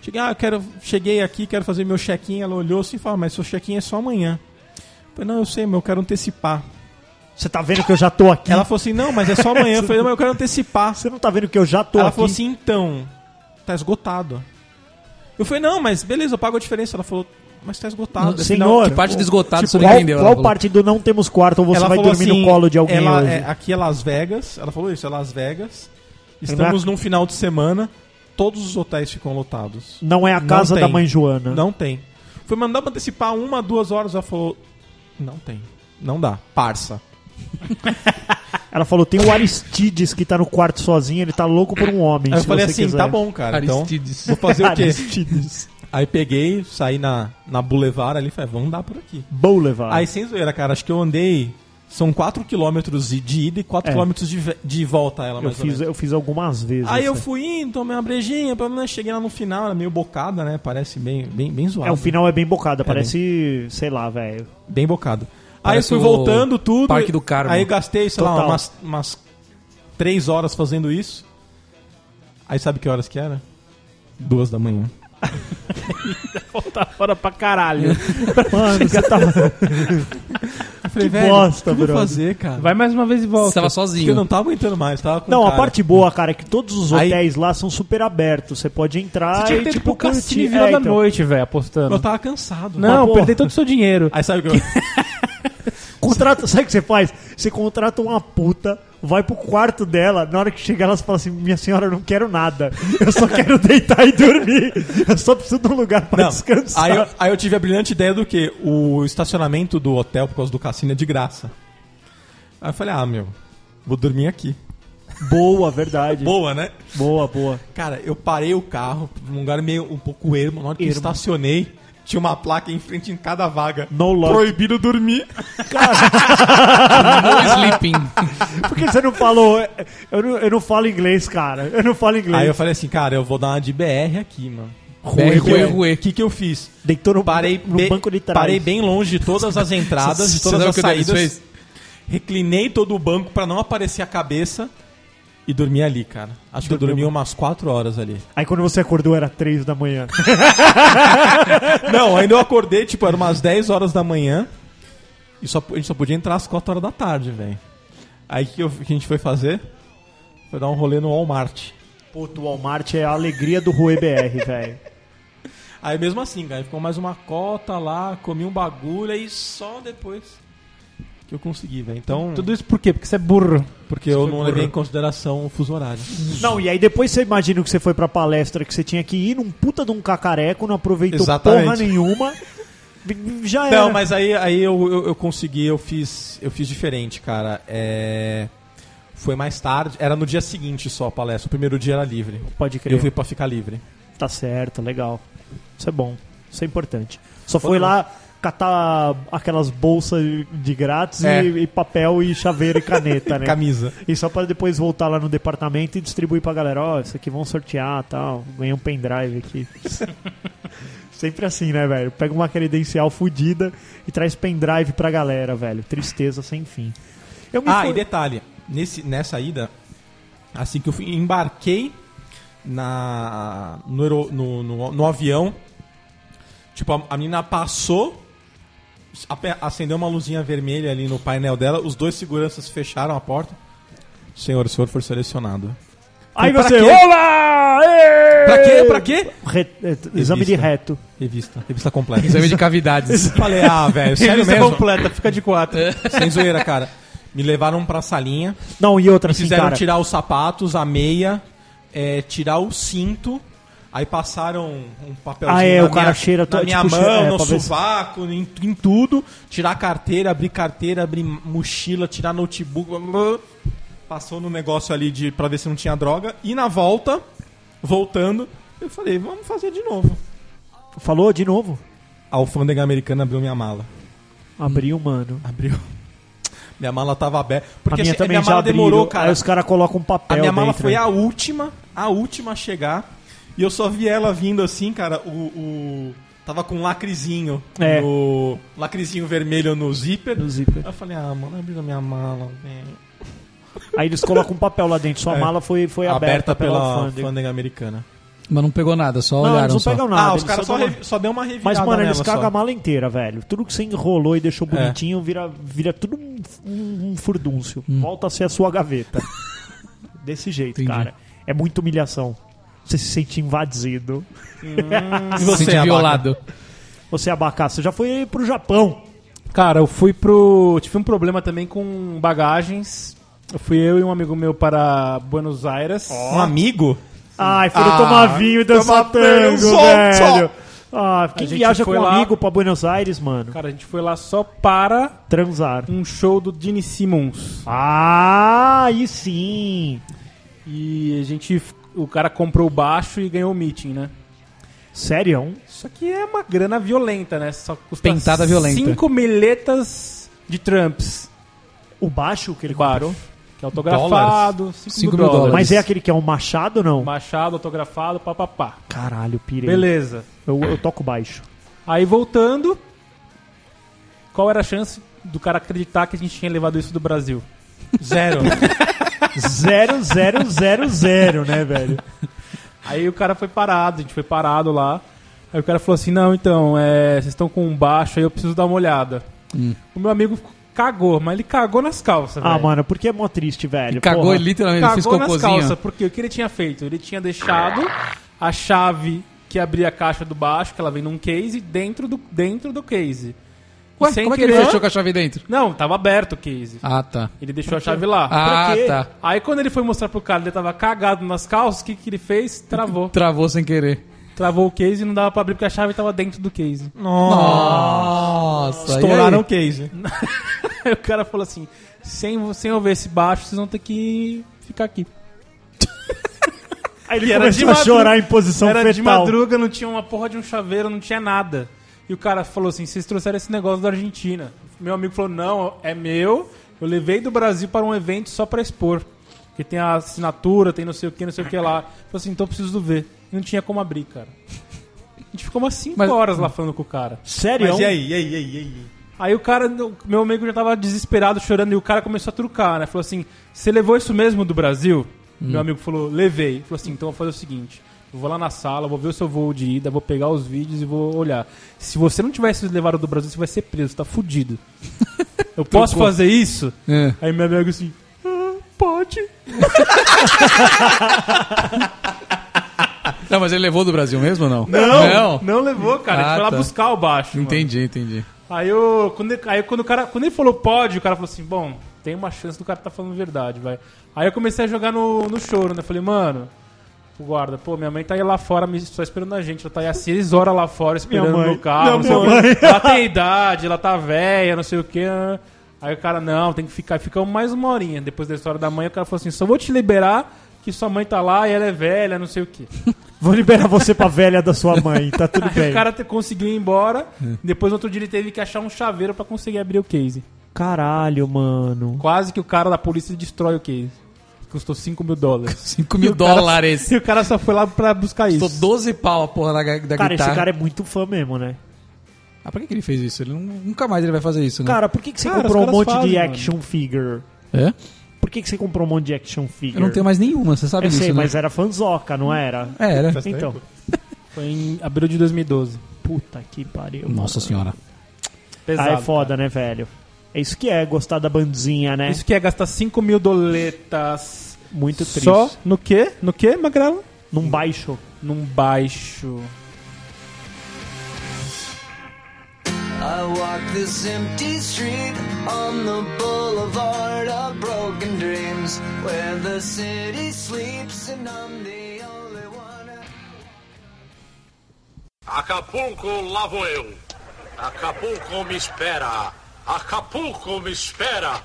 B: Cheguei, ah, eu quero, cheguei aqui, quero fazer meu check-in. Ela olhou assim e falou, mas seu check-in é só amanhã. Eu falei, não, eu sei, mas eu quero antecipar.
D: Você tá vendo que eu já tô aqui?
B: Ela falou assim, não, mas é só amanhã. Eu falei, mas eu quero antecipar.
D: Você não tá vendo que eu já tô
B: ela
D: aqui?
B: falou assim, então, tá esgotado. Eu falei, não, mas beleza, eu pago a diferença. Ela falou, mas tá esgotado.
C: Não,
D: senhor,
C: Que parte do
B: tá,
C: esgotado você
D: Tipo, Qual,
C: não entendeu. ela
D: qual
C: falou.
D: parte do não temos quarto ou você vai
B: falou
D: dormir
B: assim,
D: no colo de alguém
B: ela
D: hoje?
B: é- aqui é Las Vegas. Ela falou isso, é Las Vegas. Estamos num final de semana. Todos os hotéis ficam lotados.
D: Não é a
B: Não
D: casa
B: tem.
D: da mãe Joana.
B: Não tem. Foi mandar pra antecipar uma, duas horas. Ela falou, não tem. Não dá. Parça.
D: Ela falou: tem o Aristides que tá no quarto sozinho, ele tá louco por um homem.
B: Aí eu
D: se
B: falei
D: você
B: assim,
D: quiser.
B: tá bom, cara. Então,
C: Aristides.
B: vou fazer o quê?
D: Aristides.
B: Aí peguei, saí na, na Boulevard ali e falei, vamos dar por aqui.
D: Boulevard.
B: Aí sem zoeira, cara, acho que eu andei. São 4km de ida e
D: É.
B: 4km de, ve- de volta a ela,
D: eu,
B: mais ou
D: fiz,
B: menos.
D: eu fiz algumas vezes. assim.
B: Aí eu
D: essa.
B: fui indo, tomei uma brejinha, pá, pá, cheguei lá no final, era meio bocada, né? Parece bem, bem, bem zoado.
D: É, o final é bem bocada,
B: É
D: parece, sei lá, velho.
B: Bem bocado. Aí eu
C: Parece
B: fui
C: o
B: voltando tudo.
C: Parque do Carmo.
B: Aí gastei, sei lá,
D: Total.
B: umas, umas três horas fazendo isso. Aí sabe que horas que era? Duas da manhã.
E: Tá fora pra caralho.
D: Mano, você tá.
B: Eu falei,
D: Que bosta,
B: o que eu vou
D: brother."
B: fazer, cara?
E: Vai mais uma vez
C: Você
E: e volta.
C: tava
B: Porque eu
C: sozinho.
B: não tava aguentando mais, tava com
D: Não, a
B: cara.
D: parte boa, cara, é que todos os
B: Aí-
D: hotéis lá são super abertos. Você pode entrar
E: Você tinha que
D: e,
E: ter
D: tipo,
E: tipo,
D: curtir.
E: Cassini Vila
D: É,
E: da
D: então,
E: Noite, velho, apostando.
B: Eu tava cansado.
E: Não,
D: Mas,
E: perder todo o seu dinheiro.
B: Aí sabe o que eu...
D: Contrata, sabe o que você faz? Você contrata uma puta, vai pro quarto dela, na hora que chega ela fala assim: Minha senhora, eu não quero nada. Eu só quero deitar e dormir. Eu só preciso de um lugar pra
B: Não,
D: descansar.
B: Aí eu, aí eu tive a brilhante ideia do que o estacionamento do hotel por causa do cassino é de graça. Aí eu falei, ah, meu, vou dormir aqui.
D: Boa, verdade.
B: Boa, né?
D: Boa, boa.
B: Cara, eu parei o carro num lugar meio um pouco ermo, na hora que eu
D: Ermo.
B: estacionei, tinha uma placa em frente em cada vaga.
D: No luck.
B: Proibido dormir.
C: No é sleeping.
D: Por que você não falou? Eu não, eu não falo inglês, cara. Eu não falo inglês.
B: Aí eu falei assim, cara, eu vou dar uma de BR aqui, mano.
C: Ruê, É, ruê,
B: O
C: ruê.
B: que que eu fiz?
D: Deitou no,
B: Parei,
D: no
B: bem-
D: banco de trás.
B: parei bem longe de todas as entradas, de
C: Você
B: todas
C: sabe o
B: as
C: que o Denis
B: saídas.
C: fez?
B: Reclinei todo o banco pra não aparecer a cabeça e dormi ali, cara. Acho que eu dormi umas 4 horas ali.
D: Aí quando você acordou era três da manhã.
B: Não, ainda eu acordei, tipo, era umas 10 horas da manhã e só, a gente só podia entrar às 4 horas da tarde, velho. Aí o que, eu- que a gente foi fazer? Foi dar um rolê no Walmart.
D: Puto, o Walmart é a alegria do Rui BR, velho.
B: Aí mesmo assim, cara, ficou mais uma cota lá, comi um bagulho e só depois que eu consegui, velho. Então,
E: Tudo isso por quê? Porque você é burro.
B: porque eu não levei em consideração o fuso horário.
D: Não, e aí depois você imagina que você foi pra palestra que você tinha que ir num puta de um cacareco, não aproveitou
B: Exatamente.
D: porra nenhuma. Já era.
B: Não, mas aí, aí eu, eu, eu consegui, eu fiz, eu fiz diferente, cara. É, Foi mais tarde, era no dia seguinte só a palestra. O primeiro dia era livre.
D: Pode crer.
B: Eu fui pra ficar livre.
D: Tá certo, legal. Isso é bom. Isso é importante. Só foi lá catar aquelas bolsas de grátis
B: É.
D: e, e papel e chaveiro e caneta, né?
B: Camisa.
D: E só pra depois voltar lá no departamento e distribuir pra galera, ó, isso aqui vão sortear tal. Ganhei um pendrive aqui. Sempre assim, né, velho? Pega uma credencial fodida e traz pendrive pra galera, velho. Tristeza sem fim. Eu me
B: Ah,
D: for-
B: e detalhe, nesse, nessa ida, assim que eu fui- embarquei na, no, aero- no, no- no avião, tipo, a, a menina passou, ape- acendeu uma luzinha vermelha ali no painel dela, os dois seguranças fecharam a porta. Senhor, o senhor foi selecionado.
D: Aí
B: pra
D: você,
B: quê?
D: olá! Ê!
B: Pra quê? Pra quê?
D: Re- eh, Exame de
B: Revista.
D: reto.
B: Revista, revista completa.
C: Exame de cavidades.
B: Falei, ah, velho, sério
C: Revista
B: mesmo? completa, fica de quatro. Sem zoeira, cara. Me levaram pra salinha,
D: Não, e outra assim,
B: Fizeram
D: cara.
B: tirar os sapatos, a meia, é, tirar o cinto, aí passaram um papelzinho
D: Ah, é,
B: na
D: o cara
B: minha,
D: cheira
B: na
D: todo-
B: minha
D: tipo,
B: mão,
D: cheira- é,
B: no
D: pra ver se-
B: sovaco, em, em tudo. Tirar carteira, abrir carteira, abrir mochila, tirar notebook. blá, blá, blá. Passou no negócio ali de pra ver se não tinha droga. E na volta, voltando, eu falei, vamos fazer de novo.
D: Falou de novo?
B: A alfândega americana abriu minha mala.
D: Abriu,
B: Hum.
D: mano.
B: Abriu. Minha mala tava aberta. Porque
D: a minha
B: assim,
D: também já
B: mala
D: abriu.
B: demorou, cara.
D: Aí os caras colocam um papel
B: A minha mala
D: dentro,
B: foi
D: né?
B: a última, a última a chegar. E eu só vi ela vindo assim, cara, o. o- Tava com um lacrezinho.
D: É.
B: No... Lacrezinho vermelho no zíper.
D: No zíper.
B: Aí eu falei, ah, mano, abriu a minha mala, velho.
D: Aí eles colocam um papel lá dentro. Sua
B: É.
D: mala foi, foi aberta,
B: Aberta pela
D: alfândega.
B: alfândega, americana.
C: Mas não pegou nada, só
D: Não, eles
C: olharam
D: não
C: só.
D: pegam nada.
B: ah, os
D: eles
B: caras só,
D: dão uma-
B: revi- só deu uma revirada
D: Mas, mano, eles
B: nela
D: cagam
B: só.
D: a mala inteira, velho. Tudo que você enrolou e deixou bonitinho vira, vira tudo um, um, um furdúncio. Volta a ser a sua gaveta. Desse jeito,
C: Entendi.
D: cara. É muita humilhação. Você se sente invadido.
B: E
C: Se
B: você,
C: sentiu
B: Abaca?
C: violado.
D: Você é abacá. Você já foi pro Japão.
E: Cara, eu fui pro. Tive um problema também com bagagens. Eu fui eu e um amigo meu para Buenos Aires.
B: Um amigo?
D: Ai, foram tomar vinho e dançar
B: tomar vinho,
D: tango,
B: sol,
D: velho.
B: sol.
D: Ah, quem
E: gente
D: viaja com
E: foi
D: um
E: lá-
D: amigo pra Buenos Aires, mano?
E: Cara, a gente foi lá só para
D: Transar.
E: um show do Gene Simmons.
D: Ah, aí sim.
E: E a gente. O cara comprou o baixo e ganhou o meeting, né?
D: Sério? hein?
E: Isso aqui é uma grana violenta, né? Só custa
C: Pentada violenta.
E: Cinco miletas de Trumps.
D: O baixo que ele
E: Claro.
D: comprou?
E: Que é autografado.
C: Cinco
E: 5
C: mil
E: mil dólares.
D: Mas é aquele que é um machado ou não?
E: Machado, autografado, papapá.
D: Caralho, pirei.
E: Beleza.
D: Eu, eu toco baixo.
E: Aí voltando, qual era a chance do cara acreditar que a gente tinha levado isso do Brasil?
B: Zero.
D: zero, zero, zero, zero, né, velho?
E: Aí o cara foi parado, a gente foi parado lá. Aí o cara falou assim: Não, então, é, vocês estão com um baixo aí, eu preciso dar uma olhada.
C: Hum.
E: O meu amigo cagou, mas ele cagou nas calças.
D: Ah,
E: velho.
D: mano, porque é mó triste, velho.
C: Ele cagou
D: Porra.
C: ele literalmente, ele fez
E: Cagou nas calças,
C: cocôzinho.
E: porque o que ele tinha feito? Ele tinha deixado a chave que abria a caixa do baixo, que ela vem num case, dentro do, dentro do case. E
C: Ué, como é que ele fechou com a chave dentro?
E: Não, tava aberto o case.
C: Ah, tá.
E: Ele deixou a chave lá.
C: Ah,
D: quê?
C: tá.
E: Aí quando ele foi mostrar pro cara, ele tava cagado nas calças, o que, que ele fez? Travou.
C: Travou sem querer.
E: Travou o case e não dava pra abrir porque a chave tava dentro do case.
C: Nossa,
B: Estouraram o
C: e aí?
B: case.
E: Aí o cara falou assim: sem, vo- sem eu ver esse baixo, vocês vão ter que ficar aqui.
D: Aí
E: E
D: ele
E: era de
D: começou a
E: madru-
D: chorar em posição
E: Era
D: fetal.
E: de madruga, não tinha uma porra de um chaveiro, não tinha nada. E o cara falou assim: vocês trouxeram esse negócio da Argentina. Meu amigo falou: não, é meu. Eu levei do Brasil para um evento só pra expor. Porque tem a assinatura, tem não sei o que, não sei o que lá. Falei assim: então eu preciso ver. E não tinha como abrir, cara. A gente ficou umas 5
C: Mas-
E: horas lá falando com o cara.
D: Sério? é um-
B: Mas e aí, e aí, e aí, e aí?
E: Aí o cara, o meu amigo já tava desesperado, chorando, e o cara começou a trucar, né? Falou assim: Você levou isso mesmo do Brasil?
C: Hum.
E: Meu amigo falou: Levei. Falou assim: Então eu vou fazer o seguinte: Eu vou lá na sala, vou ver o seu voo de ida, vou pegar os vídeos e vou olhar. Se você não tivesse levado do Brasil, você vai ser preso, tá fudido. Eu posso fazer isso?
C: É.
E: Aí meu amigo assim: "Ah, Pode.
C: Não, mas ele levou do Brasil mesmo ou não? Não!
E: Não levou, cara. a gente
C: Ah,
E: foi lá
C: tá.
E: buscar o baixo. mano.
C: Entendi, entendi.
E: Aí, eu, quando, ele- aí quando, o cara, quando ele falou pode, o cara falou assim, bom, tem uma chance do cara tá falando verdade, vai. Aí eu comecei a jogar no, no choro, né? Falei, mano, o guarda, pô, minha mãe tá aí lá fora me, só esperando a gente. Ela tá aí há seis horas lá fora esperando
D: mãe.
E: no carro. não sei o quê. Ela tem idade, ela tá velha, não sei o que. Aí o cara, não, tem que ficar. Ficamos mais uma horinha. Depois da história da mãe, o cara falou assim, só vou te liberar que sua mãe tá lá e ela é velha, não sei o que.
D: Vou liberar você pra velha da sua mãe, tá tudo
E: Aí
D: bem. É.
E: o cara te- conseguiu ir embora. Depois, no outro dia, ele teve que achar um chaveiro pra conseguir abrir o case.
D: Caralho, mano.
E: Quase que o cara da polícia destrói o case. Custou 5 mil dólares.
C: 5 mil dólares.
E: E o cara só foi lá pra buscar isso.
C: Tô 12 pau a porra da, da
D: Cara,
C: guitarra.
D: esse cara é muito fã mesmo, né?
C: Ah, por que, que ele fez isso? Ele nu- nunca mais ele vai fazer isso, né?
D: Cara, por que, que você
E: Cara,
D: comprou
E: os
D: um
E: caras
D: monte de
E: fazem, mano.
D: action figure?
C: É?
D: Por que, que você comprou um monte de action figure?
C: Eu não tenho mais nenhuma, você sabe
D: Eu
C: disso,
D: sei,
C: né?
D: mas era fanzoca, não era?
C: É, era.
D: Então,
E: Foi em abril de 2012.
D: puta que pariu.
C: Nossa
D: mano.
C: senhora.
E: Pesado.
D: Ah, é foda, né, velho? É isso que é gostar da bandinha, né?
E: Isso que é gastar 5 mil doletas.
D: Muito triste.
E: Só no quê? No quê, Magrão?
D: Num baixo.
E: Num baixo.
G: I walk this empty street on the boulevard of broken dreams where the city sleeps and I'm the only one.
F: Acapulco, lá vou eu. Acapulco me espera. Acapulco me espera.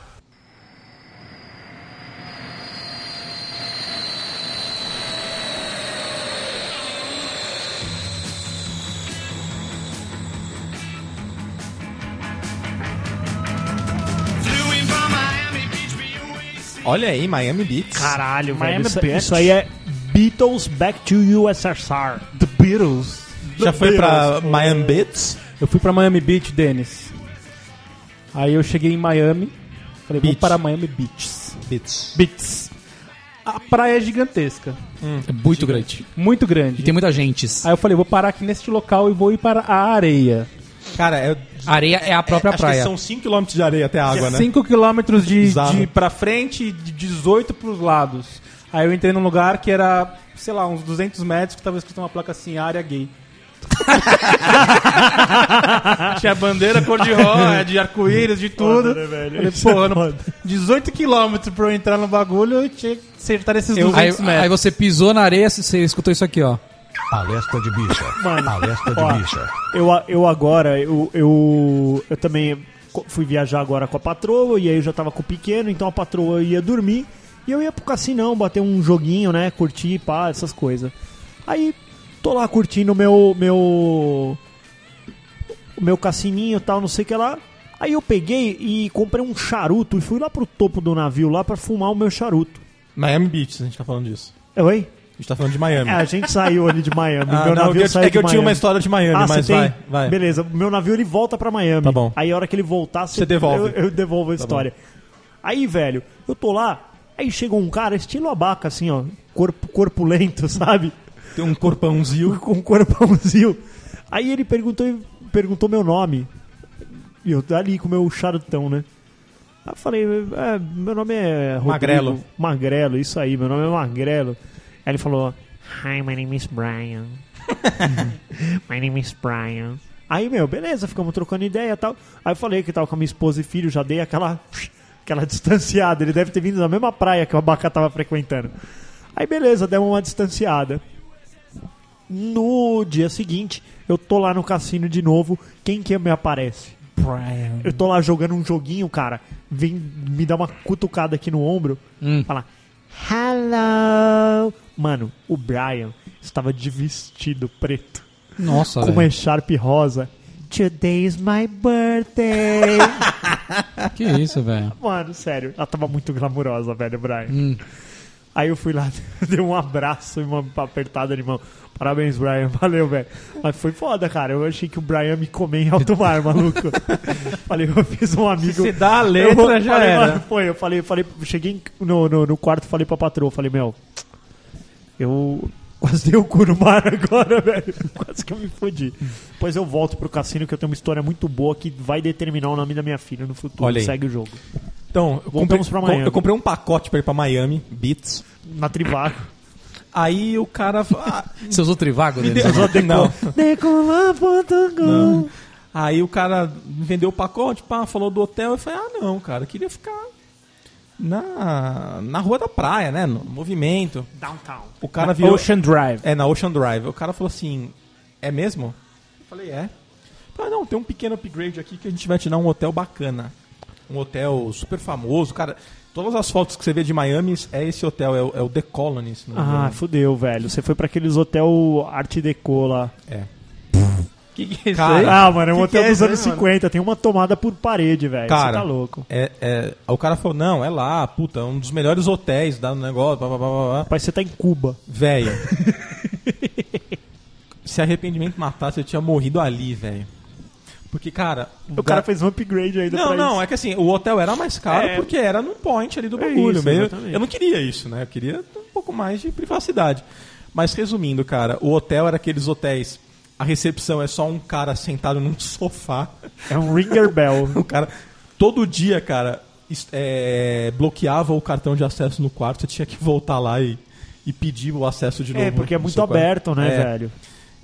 B: Olha aí, Miami Beats.
D: Caralho,
E: Miami
D: velho. Isso,
E: Beach.
D: isso aí é Beatles Back to USSR.
E: The Beatles.
B: Já foi pra Miami Beats?
E: Eu fui pra Miami Beach, Denis. Aí eu cheguei em Miami. Falei, vamos
B: Beach.
E: para Miami Beaches.
B: Beats.
E: Beats. A praia é gigantesca.
C: É muito grande.
E: Muito grande.
C: E tem muita gente.
E: Aí eu falei, vou parar aqui neste local e vou ir para a areia.
B: Cara, é,
C: A areia é a própria
B: acho que
C: praia.
B: são 5km de areia até a água, né?
E: 5 km de,
B: Bizarro.
E: de pra frente e de 18 pros lados. Aí eu entrei num lugar que era, sei lá, uns 200 metros que tava escrito uma placa assim, área gay. Tinha bandeira cor-de-rosa, de arco-íris, de tudo.
D: né, velho?
E: Falei,
D: Isso é
E: pô, não-
D: foda.
E: 18 km pra eu entrar no bagulho e tinha que acertar nesses 200
C: Aí,
E: metros.
C: aí você pisou na areia, você escutou isso aqui, ó.
A: Alerta de bicha.
D: Mano,
A: Alerta de
D: ó,
A: bicha.
D: Eu, a- eu agora, eu, eu, eu também co- fui viajar agora com a patroa, e aí eu já tava com o pequeno, então a patroa ia dormir, e eu ia pro cassinão, bater um joguinho, né, curtir, pá, essas coisas. Aí, tô lá curtindo o meu, meu, o meu cassininho e tal, não sei o que lá. Aí eu peguei e comprei um charuto e fui lá pro topo do navio lá pra fumar o meu charuto.
B: Miami Beach, a gente tá falando disso.
D: Oi?
B: A gente tá falando de Miami.
D: É, a gente saiu ali de Miami.
B: Ah,
D: meu
B: não,
D: navio
B: é que eu-
D: saiu
B: é que eu
D: de
B: tinha uma
D: Miami.
B: história de Miami,
D: Ah,
B: mas
D: você tem?
B: vai, vai.
D: Beleza, meu navio ele volta pra Miami.
B: Tá bom.
D: Aí a hora que ele voltar, você,
B: Você devolve.
D: Tipo,
B: Tá
D: Eu, eu devolvo a história. Aí, velho, eu tô lá, aí chegou um cara, estilo abaca, assim, ó, corpo, corpulento, sabe?
B: Tem um corpãozinho.
D: Com um corpãozinho. Aí ele perguntou, perguntou meu nome. E eu ali com o meu charutão, né? Aí eu falei, é, meu nome é Rodrigo.
B: Magrelo.
D: Magrelo, isso aí, meu nome é Magrelo. Aí ele falou, Hi, my name is Brian. my name is Brian. Aí, meu, beleza, ficamos trocando ideia e tal. Aí eu falei que tava com a minha esposa e filho, já dei aquela, aquela distanciada. Ele deve ter vindo da mesma praia que o Abacá tava frequentando. Aí, beleza, demos uma distanciada. No dia seguinte, eu tô lá no cassino de novo. Quem que me aparece?
B: Brian.
D: Eu tô lá jogando um joguinho, cara. Vem me dar uma cutucada aqui no ombro. Fala, hello. Mano, o Brian estava de vestido preto,
C: Nossa,
D: com uma
C: velho.
D: echarpe rosa. Today's my birthday. é?
C: Que isso, velho.
D: Mano, sério, ela tava muito glamurosa, velho, Brian. Aí eu fui lá, dei um abraço e uma apertada de mão. Parabéns, Brian. Valeu, velho. Mas foi foda, cara. Eu achei que o Brian ia me comer em alto mar, maluco. falei, eu fiz um amigo.
E: Se dá a letra,
D: eu,
E: já
D: falei,
E: era.
D: mano, foi, eu falei, falei, cheguei em- no, no, no quarto, falei pra patroa, falei, meu, eu quase dei o cu no mar agora, velho. Quase que eu me fodi. Depois eu volto pro cassino que eu tenho uma história muito boa que vai determinar o nome da minha filha no futuro.
B: Olha aí.
D: Segue o jogo.
B: Então, eu comprei,
D: Voltamos pra Miami.
B: eu comprei um pacote pra ir pra Miami, Beats.
D: Na Trivago.
B: Aí o cara. fa- Ah,
C: Você usou trivago né? deles?
B: não.
D: Decolar.com
B: Aí o cara me vendeu o pacote, pá, falou do hotel. Eu falei, ah, não, cara, eu queria ficar na, na rua da praia, né? No movimento.
D: Downtown.
B: O cara virou.
E: Ocean Drive.
B: É, na Ocean Drive. O cara falou assim: é mesmo? Eu falei, é. Ah, não, tem um pequeno upgrade aqui que a gente vai te dar um hotel bacana. Um hotel super famoso, cara. Todas as fotos que você vê de Miami é esse hotel, é o, é o The Colony, se não me
D: Ah,
B: engano.
D: fudeu, velho. Você foi pra aqueles hotel Art Deco lá.
E: Que que é isso
B: Cara,
E: aí?
D: Ah, mano, é um
B: Que
D: hotel
B: que é
D: dos
B: isso,
D: anos
B: né, mano?
D: 50. Tem uma tomada por parede, velho. Você
B: Cara,
D: tá louco.
B: É, é, aí o cara falou, não, é lá, puta, é um dos melhores hotéis dá no negócio, blá, blá, blá, blá, blá.
D: Rapaz, você tá em Cuba.
B: Velho. se arrependimento matasse, eu tinha morrido ali, velho. Porque, cara...
D: O cara fez um upgrade ainda
B: Não,
D: pra
B: não,
D: isso.
B: é que assim, o hotel era mais caro
D: É.
B: porque era num point ali do bagulho.
D: isso,
B: meio-
D: exatamente.
B: eu não queria isso, né? Eu queria um pouco mais de privacidade. Mas resumindo, cara, o hotel era aqueles hotéis. A recepção é só um cara sentado num sofá.
D: É um ringer bell.
B: O cara, todo dia, cara, es- é, bloqueava o cartão de acesso no quarto. Você tinha que voltar lá e, e pedir o acesso de novo.
D: É, porque é
B: no
D: muito
B: seu quarto.
D: aberto, né,
B: É.
D: velho?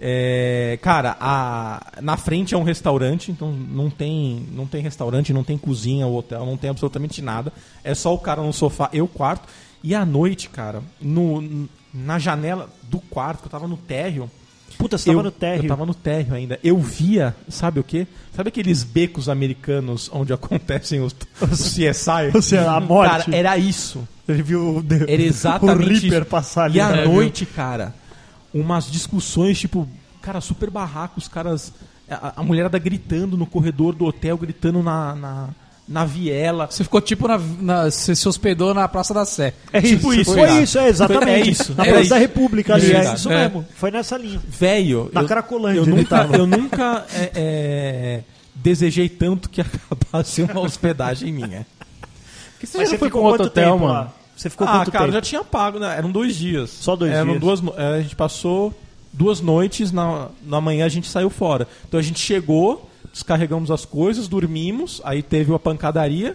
B: É, cara, a- na frente é um restaurante, então não tem, não tem restaurante, não tem cozinha, o hotel, não tem absolutamente nada. É só o cara no sofá, eu quarto. E à noite, cara, no, na janela do quarto, que eu tava no térreo.
D: Puta, você
B: eu,
D: tava no térreo.
B: Eu tava no térreo ainda. Eu via, sabe o quê? Sabe aqueles becos americanos onde acontecem os, os CSI?
D: Ou seja, a morte.
B: Cara, era isso.
D: Ele viu o, de-
B: Era
D: o
B: exatamente
D: Reaper
B: isso.
D: passar ali.
B: E à
D: né?
B: noite, cara, umas discussões, tipo, cara, super barraco, os caras. A, a mulherada gritando no corredor do hotel, gritando na, na, na viela.
C: Você ficou tipo na, na- Você se hospedou na Praça da Sé.
D: É
B: Tipo
D: isso,
B: isso,
D: foi
B: cara.
D: isso, é exatamente.
B: É isso,
D: Na
B: é
D: Praça
B: isso.
D: da República ali,
B: Isso,
D: é
B: cara.
D: isso
C: É.
D: mesmo. Foi nessa linha.
B: Velho.
D: Na
B: eu-
D: Cracolândia
B: Eu
D: ele
B: nunca,
D: tava.
B: eu nunca é, é, desejei tanto que acabasse uma hospedagem minha.
E: Por que você já não foi com outro
D: quanto
E: hotel,
D: tempo
E: mano?
D: lá? Você ficou
B: ah,
D: quanto
B: cara,
D: tempo?
B: já tinha pago, né? Eram dois dias.
D: Só dois
B: Eram
D: dias.
B: Duas, no- é, a gente passou duas noites, na, na manhã a gente saiu fora. Então a gente chegou, descarregamos as coisas, dormimos, aí teve uma pancadaria,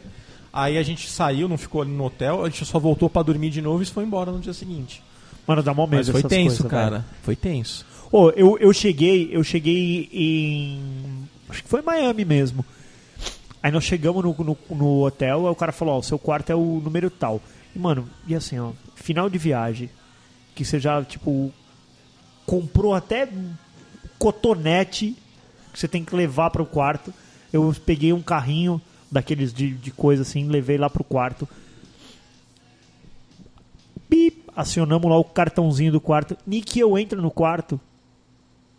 B: aí a gente saiu, não ficou ali no hotel, a gente só voltou pra dormir de novo e foi embora no dia seguinte.
D: Mano, dá mó medo
B: Mas foi
D: essas
B: tenso,
D: coisas, né?
B: cara.
D: velho.
B: Foi tenso.
D: Ô, eu, eu cheguei, eu cheguei em. Acho que foi em Miami mesmo. Aí nós chegamos no, no, no hotel, aí o cara falou, ó, o seu quarto é o número tal. E, mano, e assim, ó, final de viagem, que você já, tipo, comprou até cotonete que você tem que levar pro quarto. Eu peguei um carrinho daqueles de, de coisa assim, levei lá pro quarto. Pip, acionamos lá o cartãozinho do quarto. Nick, eu entro no quarto,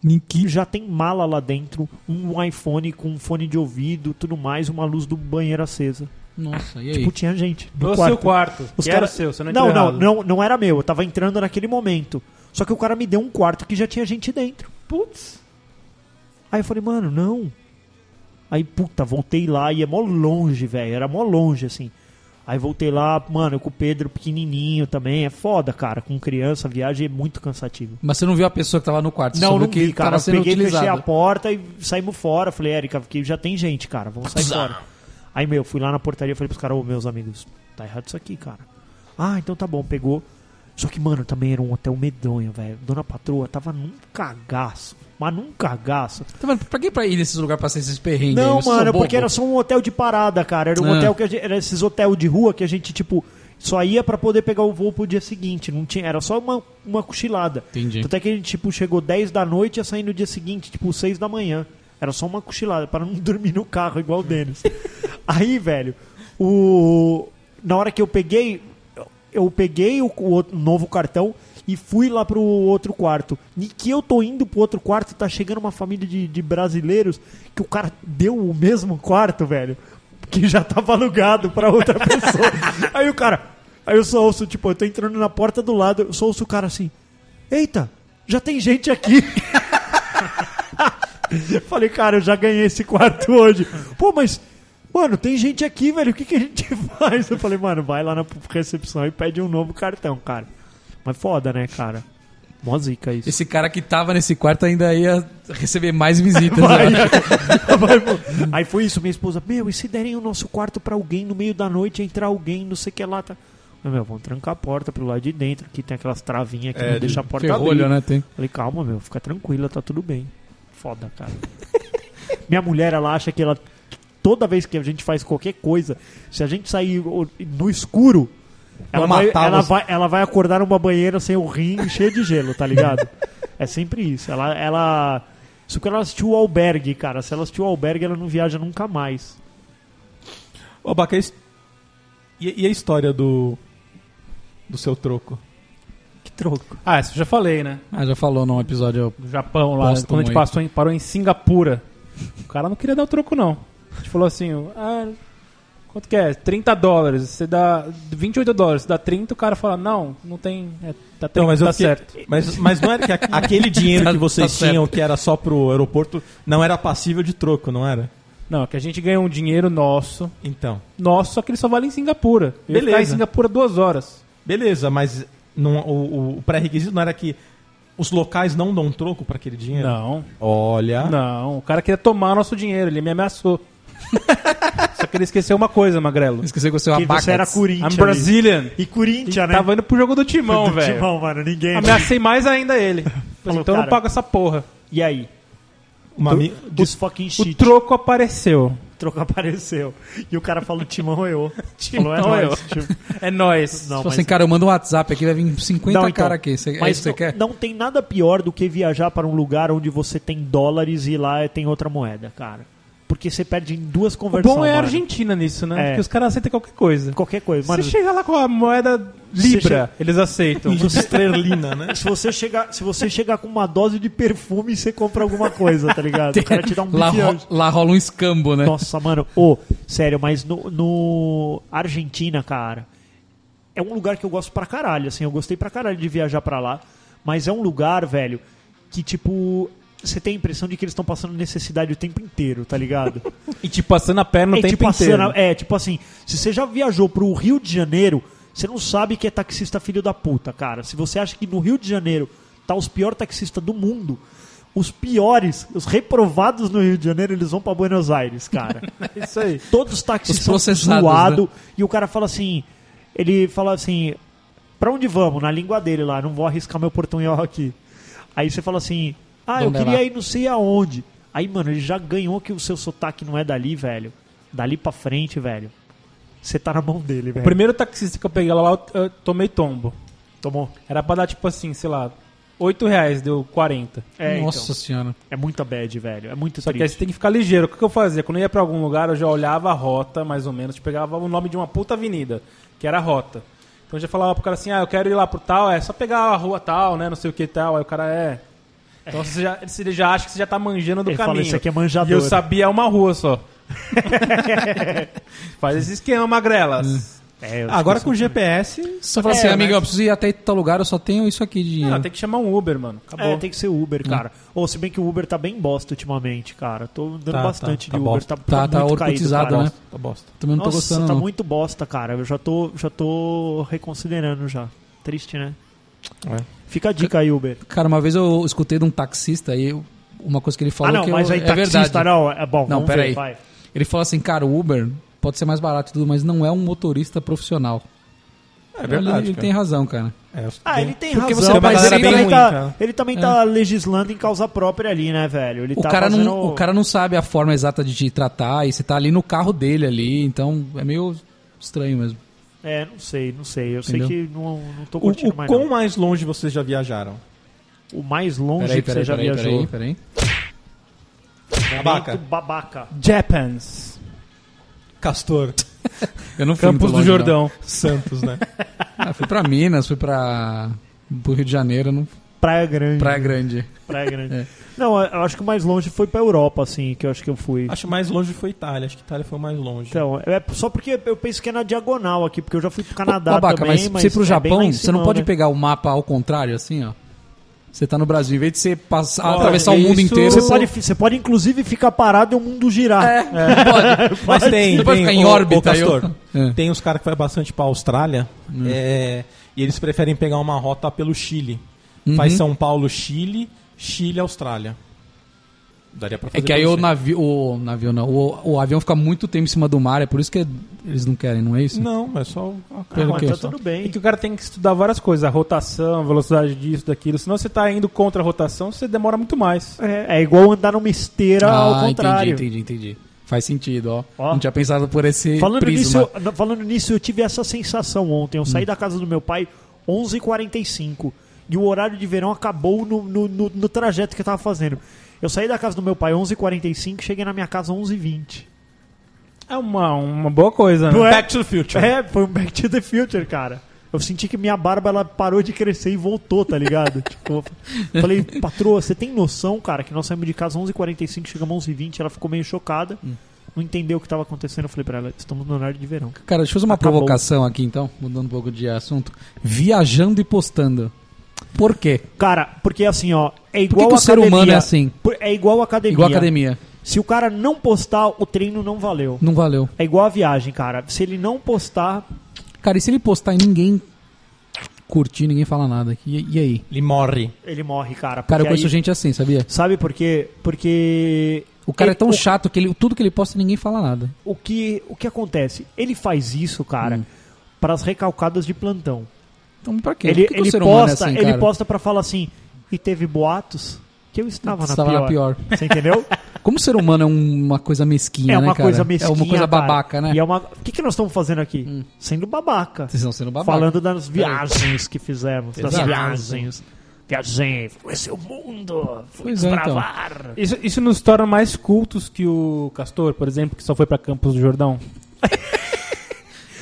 C: Niki.
D: já tem mala lá dentro, um iPhone com um fone de ouvido, tudo mais, uma luz do banheiro acesa.
C: Nossa, e aí?
D: Tipo, tinha gente no
E: No
D: quarto.
E: seu quarto.
D: Os
E: que
D: cara-
E: era o seu, você não
D: não,
E: entrou
D: não,
E: errado.
D: não, não era meu, eu tava entrando naquele momento. Só que o cara me deu um quarto que já tinha gente dentro.
E: Putz.
D: Aí eu falei, mano, não. Aí, puta, voltei lá e é mó longe, velho. Era mó longe, assim. Aí voltei lá, mano, com o Pedro pequenininho também. É foda, cara. Com criança, a viagem é muito cansativa.
C: Mas você não viu a pessoa que tava no quarto, você só
D: Não,
C: viu
D: não
C: que
D: vi, cara.
C: tava
D: Eu
C: sendo
D: peguei, fechei a
C: utilizado.
D: porta e saímos fora. Falei, Érica, que já tem gente, cara. Vamos sair fora. Aí, meu, fui lá na portaria e falei pros caras, ô, meus amigos, tá errado isso aqui, cara. Ah, então tá bom, pegou. Só que, mano, também era um hotel medonho, velho. Dona Patroa tava num cagaço. Mas num cagaço.
C: Então, mano, pra que pra ir nesses lugares pra ser esses perrengues? aí?
D: Não,
C: Vocês são
D: mano,
C: bobo.
D: porque era só um hotel de parada, cara. Era um
C: Ah.
D: hotel que a gente, era esses hotel de rua que a gente tipo só ia pra poder pegar o voo pro dia seguinte, não tinha, era só uma, uma cochilada.
C: Entendi.
D: Até que a gente tipo chegou 10 da noite e ia sair no dia seguinte, tipo 6 da manhã. Era só uma cochilada pra não dormir no carro igual o Denis. Aí, velho, o na hora que eu peguei, eu peguei o, o outro- novo cartão e fui lá pro outro quarto. E que eu tô indo pro outro quarto, tá chegando uma família de, de brasileiros que o cara deu o mesmo quarto, velho. Que já tava alugado pra outra pessoa. aí o cara. Aí eu só ouço, tipo, eu tô entrando na porta do lado, eu só ouço o cara assim. Eita, já tem gente aqui. Eu Falei, cara, eu já ganhei esse quarto hoje. Pô, mas, mano, tem gente aqui, velho. O que, que a gente faz? Eu falei, mano, vai lá na recepção e pede um novo cartão, cara. Mas foda, né, cara? Mó zica isso.
C: Esse cara que tava nesse quarto ainda ia receber mais visitas. né?
D: Vai. né?
C: eu acho.
D: Vai, pô. Aí foi isso, minha esposa. Meu, e se derem o nosso quarto pra alguém no meio da noite, entrar alguém, não sei o que lá, tá? Eu, meu, vamos trancar a porta pelo lado de dentro, que tem aquelas travinhas que não deixa a porta
C: É, Ferrolho,
D: abrir.
C: né? Tem.
D: Falei, calma, meu, fica tranquila, tá tudo bem. Foda, cara. Minha mulher, ela acha que ela. Toda vez que a gente faz qualquer coisa, se a gente sair o- no escuro, ela vai,
B: matar
D: ela,
B: você.
D: vai, ela vai acordar numa banheira sem o rim cheio de gelo, tá ligado? é sempre isso. Ela. ela... Isso que ela assistiu o albergue, cara. Se ela assistiu o albergue, ela não viaja nunca mais.
B: Ô, Baca, e, e a história do. do seu troco?
D: Que troco.
E: Ah, isso eu já falei, né?
C: Ah, já falou num episódio.
E: do Japão lá,
C: Posto
E: quando a gente
C: muito.
E: passou em, parou em Singapura. O cara não queria dar o troco, não. A gente falou assim, ah, quanto que é? 30 dólares, você dá 28 dólares, você dá 30, o cara fala, não, não tem, é, tá, 30,
B: Então, mas eu
E: tá
B: fiquei-
E: certo.
B: Mas, mas não era que a- aquele dinheiro
C: Tá-
B: que vocês
C: tá certo.
B: tinham, que era só pro aeroporto, não era passível de troco, não era?
E: Não, é que a gente ganhou um dinheiro nosso,
B: Então.
E: nosso, só que ele só vale em Singapura. Eu ia
B: Beleza.
E: ficar em Singapura duas horas.
B: Beleza, mas não- o, o- o pré-requisito não era que os locais não dão troco pra aquele dinheiro?
E: Não,
B: Olha.
E: não, o cara queria tomar nosso dinheiro, ele me ameaçou. só que ele esqueceu uma coisa, Magrelo.
C: Esqueceu que você é
D: Que
C: uma
D: você era
E: I'm
D: Corinthians.
E: Brazilian.
D: E Corinthians, né?
E: Tava indo pro jogo do Timão,
D: Do
E: velho.
D: Timão, mano. Ninguém. é
E: Ameacei mais ainda ele. Falei,
D: Falou,
E: então eu não
D: cara.
E: pago essa porra.
D: E aí?
B: Uma ami-
D: This fucking shit.
E: O troco apareceu.
D: troco apareceu. E o cara fala, o Timão é eu.
E: Timão
D: falou, é
E: é
D: nóis. Tipo,
E: É nóis.
D: não,
C: Se fosse, cara, eu mando um WhatsApp aqui, vai vir 50
D: então.
C: cara aqui. Cê, é
D: Mas
C: isso que você
D: não-
C: quer?
D: não tem nada pior do que viajar para um lugar onde você tem dólares e lá é, tem outra moeda, cara. Porque você perde em duas
E: O
D: conversões.
E: bom é a
D: mano.
E: Argentina nisso, né?
D: É.
E: Porque os caras aceitam qualquer coisa.
D: Qualquer coisa.
E: Você
D: Mano,
E: chega lá com a moeda Libra,
D: chega-
E: eles aceitam.
B: estrelina, né?
D: se, você chegar, se você chegar com uma dose de perfume, você compra alguma coisa, tá ligado? O cara te dá um
C: lá,
D: bilhão.
C: ro- lá rola um escambo, né?
D: Nossa, mano, ô, sério, mas no, no Argentina, cara, é um lugar que eu gosto pra caralho, assim, eu gostei pra caralho de viajar pra lá, mas é um lugar, velho, que tipo, você tem a impressão de que eles estão passando necessidade o tempo inteiro, tá ligado?
E: E te passando a perna o
D: é,
E: tempo
D: tipo, assim,
E: inteiro.
D: é, tipo assim, se você já viajou pro Rio de Janeiro, você não sabe que é taxista filho da puta, cara. Se você acha que no Rio de Janeiro tá os piores taxistas do mundo, os piores, os reprovados no Rio de Janeiro, eles vão pra Buenos Aires, cara.
E: É Isso aí.
D: Todos os táxis
C: Os
D: são
C: processados, né?
D: zoados. E o cara fala assim: ele fala assim, pra onde vamos? Na língua dele lá, não vou arriscar meu portunhol aqui. Aí você fala assim: ah, eu
C: Vamos
D: queria
C: lá.
D: ir não sei aonde. Aí, mano, ele já ganhou que o seu sotaque não é dali, velho. Dali pra frente, velho. Você tá na mão dele, velho.
E: O primeiro taxista que eu peguei lá, eu, eu tomei tombo.
D: Tomou.
E: Era pra dar, tipo assim, sei lá, 8 reais, deu 40.
D: É,
C: Nossa
D: então.
C: senhora.
D: É muita bad, velho. É muito
E: Só que aí
D: triste.
E: você tem que ficar ligeiro. O que que eu fazia? Quando eu ia pra algum lugar, eu já olhava a rota, mais ou menos, tipo, pegava o nome de uma puta avenida, que era a rota. Então eu já falava pro cara assim, ah, eu quero ir lá pro tal, é só pegar a rua tal, né, não sei o que tal. Aí o cara, é... Então você já, você já acha que você já tá manjando do
D: Ele fala,
E: caminho.
D: "Isso aqui é manjador."
E: E eu sabia uma rua só. Faz esse esquema, magrelas.
D: É, eu
B: Hum. Agora
D: esqueci.
B: com o GPS,
C: Você fala assim,
D: É, né?
C: amigão, eu preciso ir até tal lugar, eu só tenho isso aqui de
D: Ah,
C: dinheiro.
E: Não, tem que chamar um Uber, mano. Acabou.
D: É, tem que ser Uber,
C: Hum.
D: cara. Ou se bem que o Uber tá bem bosta ultimamente, cara. Tô andando
B: Tá,
D: bastante
B: tá, tá
D: de Uber.
B: bosta.
D: Tá,
C: Tá, tá
D: muito caído,
C: orcutizado,
D: cara.
C: né?
B: tá bosta.
C: Também não tô
D: Nossa,
C: gostando,
D: tá
C: não.
D: muito bosta, cara. Eu já tô, já tô reconsiderando já. Triste, né?
B: É.
D: Fica a dica aí, Uber.
C: Cara, uma vez eu escutei de um taxista aí uma coisa que ele falou
D: ah, não,
C: que
D: mas
C: eu,
D: aí
C: é
D: taxista,
C: verdade.
D: não. É bom,
C: Não,
D: vamos
C: pera
D: ver,
C: aí.
D: vai.
C: Ele falou assim, cara, o Uber pode ser mais barato e tudo, mas não é um motorista profissional.
B: É
C: Ele-
B: verdade,
C: ele
B: cara.
C: tem razão, cara.
B: É, eu-
D: Ah, ele tem
C: Porque
D: razão,
C: você-
D: mas
C: mas
D: ele,
C: era bem É.
D: também
B: ruim,
D: tá,
B: cara.
D: ele também tá legislando em causa própria ali, né, velho? Ele
C: O,
D: tá
C: cara
D: fazendo...
C: não, o cara não sabe a forma exata de te tratar e você tá ali no carro dele ali, então é meio estranho mesmo.
D: É, não sei, não sei. Eu sei
C: Entendeu?
D: que não, não tô
B: O,
D: curtindo
B: o
D: mais,
B: quão
D: não.
B: mais longe vocês já viajaram?
D: O mais longe
C: Peraí,
D: que
C: peraí,
D: você já
C: peraí,
D: viajou.
C: peraí, peraí.
B: Babaca.
D: Momento Babaca.
E: Japans.
B: Castor,
C: Eu não fui
E: Campos
C: muito longe,
E: do
C: não.
E: Jordão.
B: Santos, né?
C: Ah, fui pra Minas, fui pra pro Rio de Janeiro, não,
D: Praia Grande.
C: Praia Grande.
D: Praia Grande.
C: É.
D: Não, eu acho que o mais longe foi pra Europa, assim, que eu acho que eu fui.
B: Acho que mais longe foi Itália, acho que Itália foi o mais longe.
E: Tá.
D: Então, é só porque eu penso que é na diagonal aqui, porque eu já fui pro Canadá
C: Babaca,
D: também,
C: mas,
D: mas,
C: você ir pro
D: é bem lá
C: Japão,
D: em
C: você não
D: cima,
C: pode
D: né?
C: pegar o mapa ao contrário, assim, ó. Você tá no Brasil, em vez de você passar,
E: Olha,
C: atravessar o mundo
E: isso-
C: inteiro, É.
D: Você pode, fi- você pode, inclusive, ficar parado e o mundo girar. É.
C: pode.
B: Mas tem,
C: Você pode
B: tem
C: ficar em
B: ô- ô,
C: órbita,
B: Castor,
C: eu- É.
B: Tem os caras que vai bastante pra Austrália
E: Hum.
B: é, e eles preferem pegar uma rota pelo Chile.
E: Uhum.
B: Faz São Paulo, Chile, Chile, Austrália. Daria pra
C: É
B: fazer
C: que aí
B: pelo
C: o
B: Chile.
C: navio, o navio não, o, o avião fica muito tempo em cima do mar, é por isso que eles não querem, não é isso?
B: Não, é só.
C: Pelo
D: Ah,
C: que
D: tá
C: eu
D: tudo
E: E
D: bem.
E: é que o cara tem que estudar várias coisas, a rotação, a velocidade disso, daquilo. Senão você tá indo contra a rotação, você demora muito mais.
D: É, é igual andar numa esteira
C: Ah,
D: ao contrário.
C: Entendi, entendi, entendi. Faz sentido, ó.
D: Ó.
C: Não tinha pensado por esse
D: Falando
C: prisma. Hum.
D: nisso, eu- falando nisso, eu tive essa sensação ontem. Eu saí da casa do meu pai 11h45 e o horário de verão acabou no, no, no- no trajeto que eu tava fazendo. Eu saí da casa do meu pai 11h45 cheguei na minha casa 11h20.
E: É uma, uma boa coisa,
D: Não
E: né?
D: é?
B: Back to the Future.
D: É, foi um Back to the Future, cara. Eu senti que minha barba ela parou de crescer e voltou, tá ligado? tipo, eu falei, patroa, você tem noção, cara, que nós saímos de casa 11h45, chegamos 11h20, ela ficou meio chocada,
C: Hum.
D: não entendeu o que tava acontecendo. Eu falei pra ela, estamos no horário de verão.
C: Cara, deixa eu fazer uma
D: Acabou.
C: provocação aqui então, mudando um pouco de assunto. Viajando e postando. Por quê?
D: Cara, porque assim, ó, é
C: Por que
D: igual
C: que o ser
D: academia.
C: humano é assim?
D: Por- é igual academia.
C: Igual academia.
D: Se o cara não postar, o treino não valeu.
C: Não valeu.
D: É igual a viagem, cara. Se ele não postar,
C: Cara, e se ele postar e ninguém curtir, ninguém fala nada? E, e aí?
B: Ele morre.
D: ele morre, cara.
C: Cara, eu
D: porque
C: conheço
D: aí-
C: gente assim, sabia?
D: Sabe por quê? Porque.
C: O cara
D: ele-
C: é tão chato que ele, tudo que ele posta ninguém fala nada.
D: o que, o que acontece? Ele faz isso, cara,
C: Hum.
D: para as recalcadas de plantão.
C: Então pra quê?
D: Ele,
C: Por que que
D: ele
C: o ser humano é
D: posta,
C: assim, cara?
D: ele posta para falar assim, e teve boatos que eu estava,
C: Estava
D: na
C: na
D: pior.
C: pior.
D: Você entendeu?
C: Como o ser humano é um- uma coisa mesquinha,
D: é
C: né,
D: uma
C: cara?
D: coisa mesquinha,
C: É uma
D: cara.
C: coisa babaca, né?
D: E é uma... O que, que nós estamos fazendo aqui? Sendo babaca.
C: Vocês estão sendo babaca.
D: Falando das viagens que fizemos, das
C: Exato.
D: viagens. Viajei, conheci o mundo, fui
C: Pois é, então.
D: desbravar.
E: Isso, isso nos torna mais cultos que o Castor, por exemplo, que só foi pra Campos do Jordão.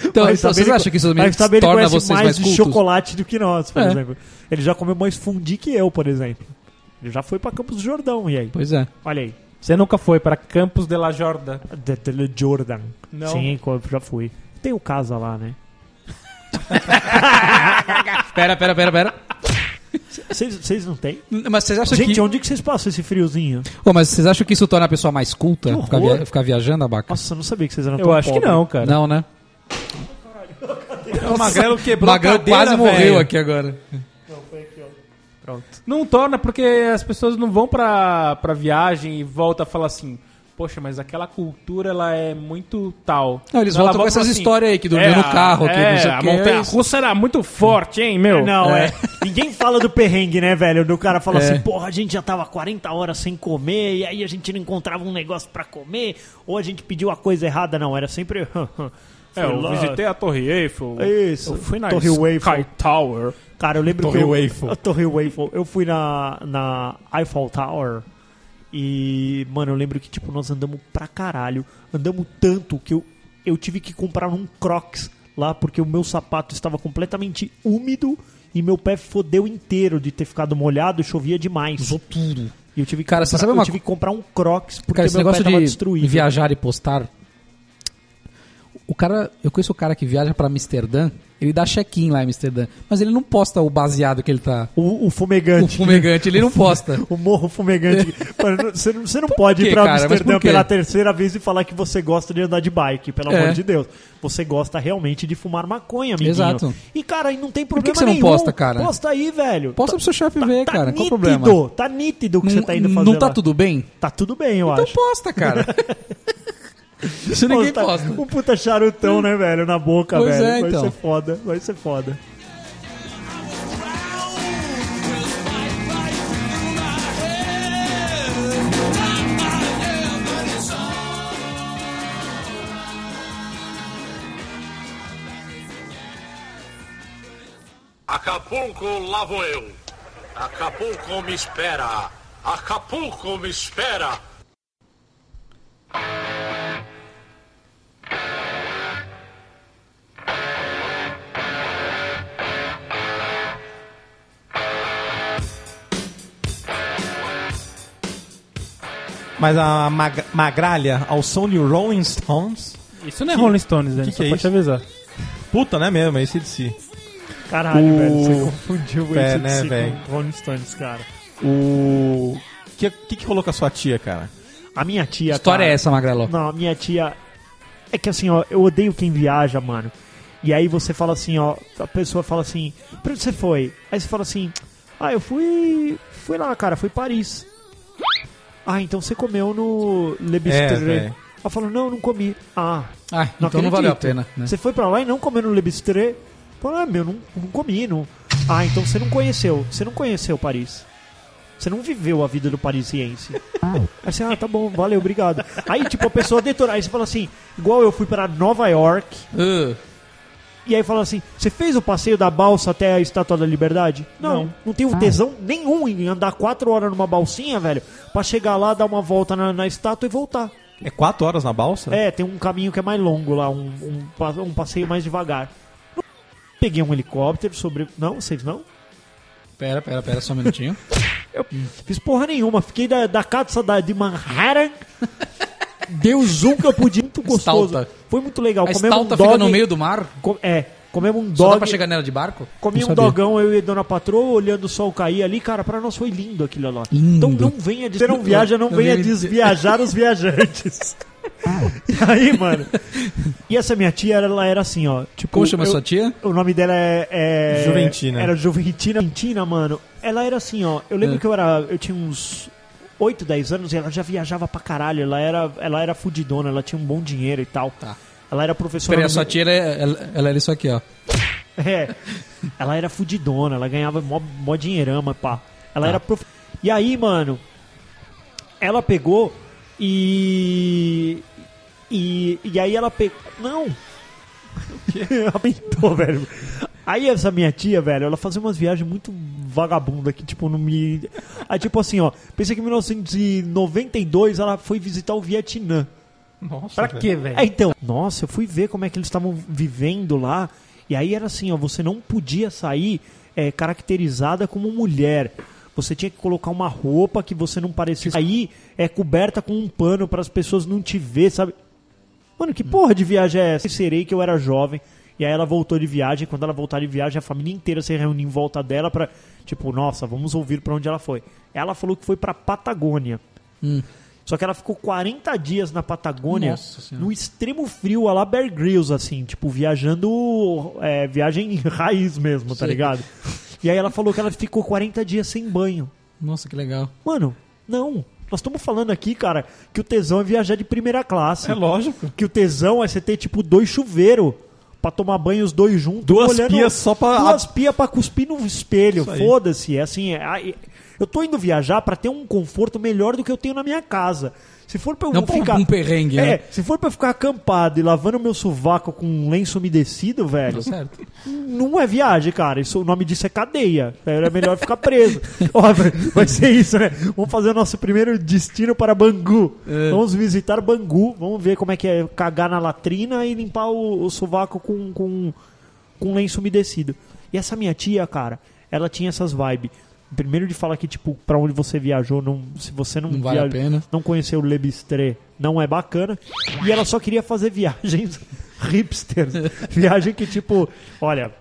C: Então,
D: Mas
C: então
D: também
C: vocês
D: ele-
C: acham que
D: mas
C: isso
D: também
C: também
D: ele
C: torna
D: conhece
C: vocês
D: mais,
C: mais
D: de
C: cultos?
D: chocolate do que nós, por
C: É.
D: exemplo. Ele já comeu mais fundi que eu, por exemplo. Ele já foi pra Campos do Jordão, e aí?
C: Pois é.
D: Olha aí.
E: Você nunca foi para Campos de la Jorda.
D: The, the Jordan.
E: Não.
D: Sim, eu já fui. Tem o casa lá, né?
C: Pera, pera, pera, pera.
D: Vocês vocês não têm?
C: Mas vocês acham
D: Gente,
C: que...
D: onde que vocês passam esse friozinho?
C: Ô, mas vocês acham que isso torna a pessoa mais culta?
D: Que
C: Ficar,
D: horror.
C: via- ficar viajando, abaca?
D: Nossa, eu não sabia que vocês eram
E: Eu
D: tão
E: acho que
D: pobres.
E: não, cara.
C: Não, né?
B: O Magrelo quebrou
C: Magrão
B: a cadeira,
C: quase morreu
B: velho.
C: aqui agora.
E: Não torna porque as pessoas não vão pra, pra viagem e volta a falar assim: poxa, mas aquela cultura ela é muito tal.
C: Não, eles
E: Então
C: voltam
E: ela
C: com
E: volta e
C: essas
E: fala assim,
C: histórias aí, que dormiu no
E: a-
C: carro, que
E: é,
C: não sei o
E: a
C: que, é
E: montanha
C: isso.
E: russa era muito forte, hein, meu?
D: Não, é. Ninguém fala do perrengue, né, velho? Do cara fala
C: É.
D: assim, porra, a gente já tava 40 horas sem comer, e aí a gente não encontrava um negócio pra comer, ou a gente pediu a coisa errada. Não, era sempre.
E: É, eu visitei a Torre Eiffel.
D: Isso,
E: Eu fui na
D: Torre
E: Sky
D: Eiffel.
E: Tower.
D: Cara, eu lembro
B: Torre
D: que. eu-
B: Eiffel.
D: A Torre Eiffel. Eu fui na, na Eiffel Tower. E, mano, eu lembro que, tipo, nós andamos pra caralho. Andamos tanto que eu, eu tive que comprar um Crocs lá, porque o meu sapato estava completamente úmido e meu pé fodeu inteiro de ter ficado molhado, chovia demais.
C: Usou tudo.
D: E eu tive que,
C: Cara, você
D: comprar,
C: sabe uma
D: eu tive que comprar um Crocs porque
C: Cara, esse
D: meu pé
C: negócio
D: tava
C: de
D: destruído.
C: viajar e postar. O cara, eu conheço o cara que viaja pra Amsterdã, ele dá check-in lá em Amsterdã, mas ele não posta o baseado que ele tá.
D: O, o
C: O
D: fumegante.
C: fumegante, ele não posta.
D: O morro fumegante. Mano, Você não, você não pode
C: quê,
D: ir pra
C: cara? Mas
D: Amsterdã
C: por quê?
D: pela terceira vez e falar que você gosta de andar de bike, pelo
C: É.
D: amor de Deus. Você gosta realmente de fumar maconha, amiguinho.
C: Exato.
D: E, cara, aí não tem
C: que
D: problema
C: que você não
D: nenhum.
C: posta, cara?
D: Posta aí, velho.
C: Posta pro seu chefe ver,
D: tá
C: cara. Qual o
D: nítido,
C: problema? Não,
D: Tá nítido o que você tá indo fazer
C: não tá
D: lá.
C: tudo bem?
D: Tá tudo bem, eu
C: Então
D: acho.
C: posta, cara. Isso ninguém posta.
D: Um puta charutão, né, velho, na boca,
C: Pois
D: velho.
C: é,
D: Vai
C: então.
D: ser foda, vai ser foda.
F: Acapulco, lá vou eu. Acapulco me espera. Acapulco me espera.
B: Mas a mag- magralha ao som de Rolling Stones.
E: Isso não é Rolling Stones, né?
B: que
E: só
B: que é
E: pra
B: isso?
E: te avisar.
B: Puta, né mesmo? Esse de si.
D: Caralho,
B: O-
D: velho, Ah, você confundiu o
B: É,
D: ACDC
B: né,
D: com
B: velho?
D: Rolling Stones, cara.
B: O. Que, que que colocou a sua tia, cara?
D: A minha tia, tá
C: Que história
D: cara,
C: é essa, Magrelo?
D: Não, a minha tia. É que assim, ó, eu odeio quem viaja, mano. E aí você fala assim, ó, a pessoa fala assim, pra onde você foi? Aí você fala assim, ah, eu fui. Fui lá, cara, fui Paris. Ah, então você comeu no Le Bistré.
B: velho.
D: Ela falou, não, não comi. Ah,
C: Ah, então não valeu a pena. Né?
D: Você foi pra lá e não comeu no Le Bistré? Falou, ah, meu, não, não comi, não. Ah, então você não conheceu. Você não conheceu Paris. Você não viveu a vida do parisiense. Aí você, ah, tá bom, valeu, obrigado. Aí, tipo, a pessoa detona. Aí você fala assim, igual eu fui pra Nova York.
C: Ah,
D: E aí fala assim, você fez o passeio da balsa até a Estátua da Liberdade? Não, não, tenho tesão nenhum em andar quatro horas numa balsinha, velho, pra chegar lá, dar uma volta na, na estátua e voltar.
B: É quatro horas na balsa?
D: É, tem um caminho que é mais longo lá, um, um pa- um passeio mais devagar. Peguei um helicóptero, sobre... Não, vocês não?
C: pera, pera, pera, só um minutinho.
D: Fiz porra nenhuma, fiquei da, da caça da, de Manhattan. Deu o zoom que eu podia, muito gostoso.
C: Estalta.
D: Foi muito legal.
C: a
D: Comemos um
C: estalta
D: dog,
C: fica no meio do mar?
D: com- é, comemos um
C: Só dá
D: dog.
C: pra chegar nela de barco?
D: Comi
C: Não
D: um
C: sabia.
D: dogão, eu e Dona Patroa, olhando o sol cair ali, cara, pra nós foi lindo aquilo lá.
C: Lindo.
D: Então não venha des... Você não viaja, não
C: Eu
D: venha
C: nem-
D: desviajar os viajantes. e aí, mano. E essa minha tia, ela era assim, ó. Tipo,
C: Como chama
D: eu-
C: sua tia?
D: O nome dela é, é-
B: Juventina.
D: Era Juventina. Juventina, mano. Ela era assim, ó. Eu lembro
C: É.
D: que eu era. Eu tinha uns 8, 10 anos e ela já viajava pra caralho. Ela era, ela era fudidona, ela tinha um bom dinheiro e tal.
C: Tá.
D: Ela era professora.
C: Peraí, a
D: no-
C: sua tia, ela, é- ela, ela era isso aqui, ó.
D: é. Ela era fudidona, ela ganhava mó, mó dinheirama, pá. Ela era prof... E aí, mano, ela pegou e. E, e aí ela pegou. Não! Aumentou, velho. Aí essa minha tia, velho, ela fazia umas viagens muito vagabunda que, tipo, não me. Aí, tipo assim, ó. Pensei que em 1992 ela foi visitar o Vietnã.
B: Nossa.
E: Pra quê, velho?
D: É, então, nossa, eu fui ver como é que eles estavam vivendo lá. E aí era assim, ó, você não podia sair é, caracterizada como mulher. Você tinha que colocar uma roupa que você não parecia sair é coberta com um pano para as pessoas não te ver, sabe? Mano, que porra de viagem é essa? Eu Serei que eu era jovem. E aí ela voltou de viagem. Quando ela voltar de viagem, a família inteira se reuniu em volta dela pra, tipo, nossa, vamos ouvir pra onde ela foi. Ela falou que foi pra Patagônia. Só que ela ficou 40 dias na Patagônia,
C: Hum. Nossa Senhora.
D: no extremo frio, a la Bear Grylls, assim, tipo, viajando, é, viagem raiz mesmo, tá
C: Sei.
D: ligado? E aí ela falou que ela ficou 40 dias sem banho.
C: Nossa, que legal.
D: Mano, não. Nós estamos falando aqui, cara, que o tesão é viajar de primeira classe.
B: É lógico.
D: Que o tesão é você ter, tipo, dois chuveiros pra tomar banho os dois juntos.
B: Duas pias só pra-
D: Duas pias pra cuspir no espelho.
B: Isso aí.
D: Foda-se. É assim, é- ai- eu tô indo viajar pra ter um conforto melhor do que eu tenho na minha casa. Se for pra eu
C: Não pra
D: ficar...
C: um perrengue,
D: É,
C: né?
D: se for pra eu ficar acampado e lavando meu sovaco com um lenço umedecido, velho...
C: Tá certo.
D: Não é viagem, cara. Isso, o nome disso é cadeia. Era melhor ficar preso. Ó, vai- vai ser isso, né? Vamos fazer o nosso primeiro destino para Bangu.
C: É.
D: Vamos visitar Bangu. Vamos ver como é que é cagar na latrina e limpar o, o sovaco com, com, com lenço umedecido. E essa minha tia, cara, ela tinha essas vibes. Primeiro de falar que, tipo, pra onde você viajou, não, se você não,
C: Não vale a pena.
D: não conheceu o Le Bistré, não é bacana. E ela só queria fazer viagens hipsters. Viagem que, tipo, olha,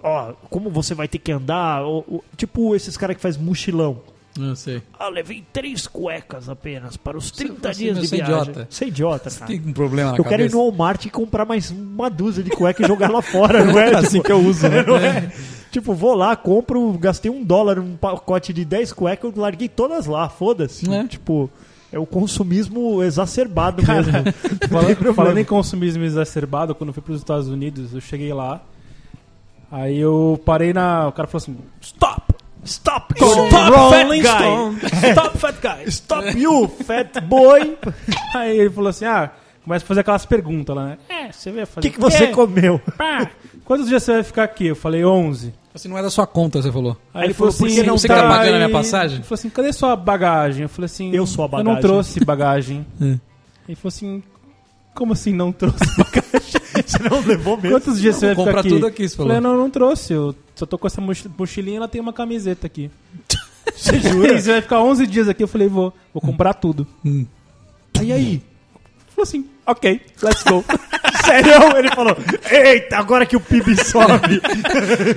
D: ó, como você vai ter que andar? Ou- ou- tipo esses caras que faz mochilão.
C: Não sei.
D: Ah, levei três cuecas apenas para os 30
C: você-
D: dias
C: meu,
D: de
C: você é
D: viagem.
C: idiota.
D: Você é idiota, cara.
C: Tem um problema na
D: Eu quero ir
C: cabeça.
D: no Walmart e comprar mais uma dúzia de cueca e jogar lá fora, não é?
B: assim
D: Tipo,
B: que eu uso, né?
D: não é? Tipo, vou lá, compro, gastei um dólar num pacote de 10 cuecas, eu larguei todas lá, foda-se.
C: Não é?
D: Tipo, é o consumismo exacerbado mesmo.
E: Fala-
D: problema.
E: Falando em consumismo exacerbado, quando eu fui para os Estados Unidos, eu cheguei lá. Aí eu parei na. O cara falou assim: Stop!
D: Stop,
E: Stop,
D: you
E: fat guy! Stop, fat guy!
D: Stop you, fat boy!
E: Aí ele falou assim: Ah, começa a fazer aquelas perguntas lá, né? É, você vai fazer.
D: O que, que você
E: quê?
D: comeu?
E: Pá, Quantos dias você vai ficar aqui? Eu falei: 11.
C: Assim, não é da sua conta, você falou.
E: Aí ele falou
C: por
E: assim:
C: que não você tá pagando a minha passagem?
E: Ele falou assim: Cadê sua bagagem? Eu falei assim:
D: Eu sou a
E: Eu
D: bagagem."
E: não trouxe bagagem. ele falou assim: Como assim não trouxe bagagem?
D: Você não levou mesmo?
E: Quantos dias você
C: vou
E: vai ficar
C: comprar
E: aqui?
C: tudo aqui, você falou.
E: Falei, não, eu não trouxe. Eu só tô com essa mochi- mochilinha e ela tem uma camiseta aqui.
D: Você
E: E
D: jura?
E: você vai ficar 11 dias aqui. Eu falei, vou. Vou comprar tudo.
D: E aí?
E: Falou assim, ok, let's go.
D: Sério? Ele falou, eita, agora que o PIB sobe.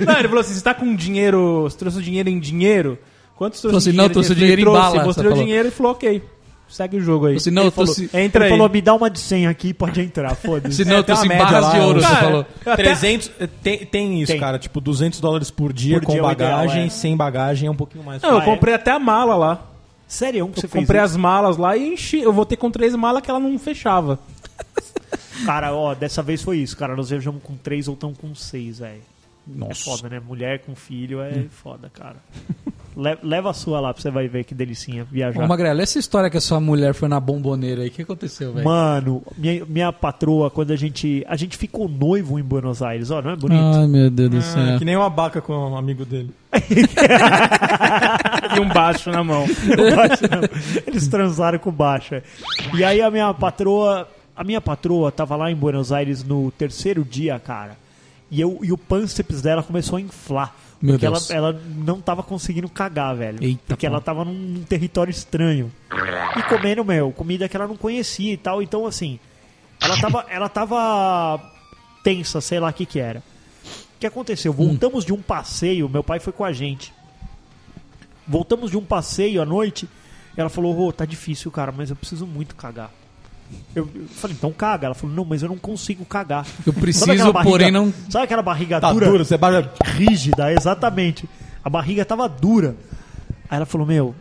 E: não, ele falou assim, você tá com dinheiro... Você trouxe o dinheiro em dinheiro? Quantos trouxe
C: Falou assim, não,
E: em
C: trouxe
E: Eu
C: o dinheiro em
E: falei,
C: bala,
E: Trouxe,
C: você
E: mostrei o
C: falou.
E: dinheiro e falou, ok. Segue o jogo aí.
C: Você não,
E: Ele
C: eu trouxe-
E: falou, Entra
D: Ele
E: aí.
D: falou, me dá uma de 100 aqui e pode entrar, foda-se.
C: Se não, eu
E: tem uma
C: trouxe
E: média
C: barras
E: lá,
C: de ouro,
E: cara.
C: você falou.
D: Tá.
E: Eu até-
B: 300, tem, tem isso,
D: Tem.
B: cara. Tipo, 200 dólares por dia
D: Por
B: com
D: dia é o ideal,
B: bagagem,
D: é.
B: sem bagagem é um pouquinho mais.
E: Não, eu
D: Ah, é?
E: comprei até a mala lá.
D: Sério? é um que Você
E: Eu comprei
D: fez
E: as malas lá e enchi. Eu voltei com três malas que ela não fechava.
D: isso? Cara, ó, dessa vez foi isso, cara. Nós viajamos com três ou tão com seis, velho. É foda, né? Mulher com filho é foda, cara. Le- Leva a sua lá pra você vai ver que delicinha viajar.
C: Ô, Magrelo, essa história que a sua mulher foi na bomboneira aí, o que aconteceu, velho?
D: Mano, minha, minha patroa, quando a gente. A gente ficou noivo em Buenos Aires, ó, não é bonito?
C: Ai, meu Deus do céu.
B: Que nem uma abaca com um amigo dele.
E: E um baixo na mão.
D: Eles transaram com baixa. E aí a minha patroa. A minha patroa tava lá em Buenos Aires no terceiro dia, cara. E, eu, e o pânceps dela começou a inflar.
C: Meu
D: porque ela,
C: Deus.
D: ela não tava conseguindo cagar, velho.
C: Eita,
D: porque
C: pô.
D: ela tava num território estranho. E comendo, meu, comida que ela não conhecia e tal. Então, assim, ela tava, ela tava tensa, sei lá o que que era. O que
C: Hum.
D: aconteceu? Voltamos de um passeio, meu pai foi com a gente. Voltamos de um passeio à noite. Ela falou: Rô, tá difícil, cara, mas eu preciso muito cagar. Eu eu falei: então caga. Ela falou: não, mas eu não consigo cagar.
C: Eu
D: Sabe
C: preciso,
D: aquela barriga-
C: porém não.
D: Sabe aquela barriga
B: Tá
D: dura?
B: duro, você barra.
D: rígida, exatamente. A barriga tava dura. Aí ela falou: Meu,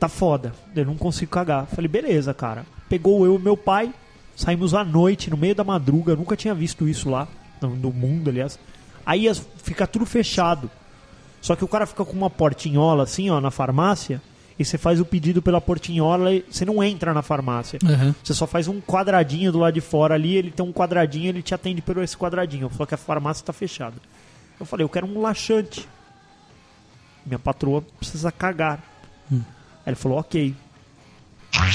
D: tá foda, eu não consigo cagar. Falei: Beleza, cara. Pegou eu e meu pai, saímos à noite, no meio da madruga, eu nunca tinha visto isso lá, no, no mundo, aliás. Aí as- fica tudo fechado. Só que o cara fica com uma portinhola assim, ó, na farmácia, e você faz o pedido pela portinhola e você não entra na farmácia.
C: Aham.
D: Você só faz um quadradinho do lado de fora ali, ele tem um quadradinho, ele te atende pelo esse quadradinho, só que a farmácia tá fechada. Eu falei, eu quero um laxante. Minha patroa precisa cagar. Aí ele falou, ok.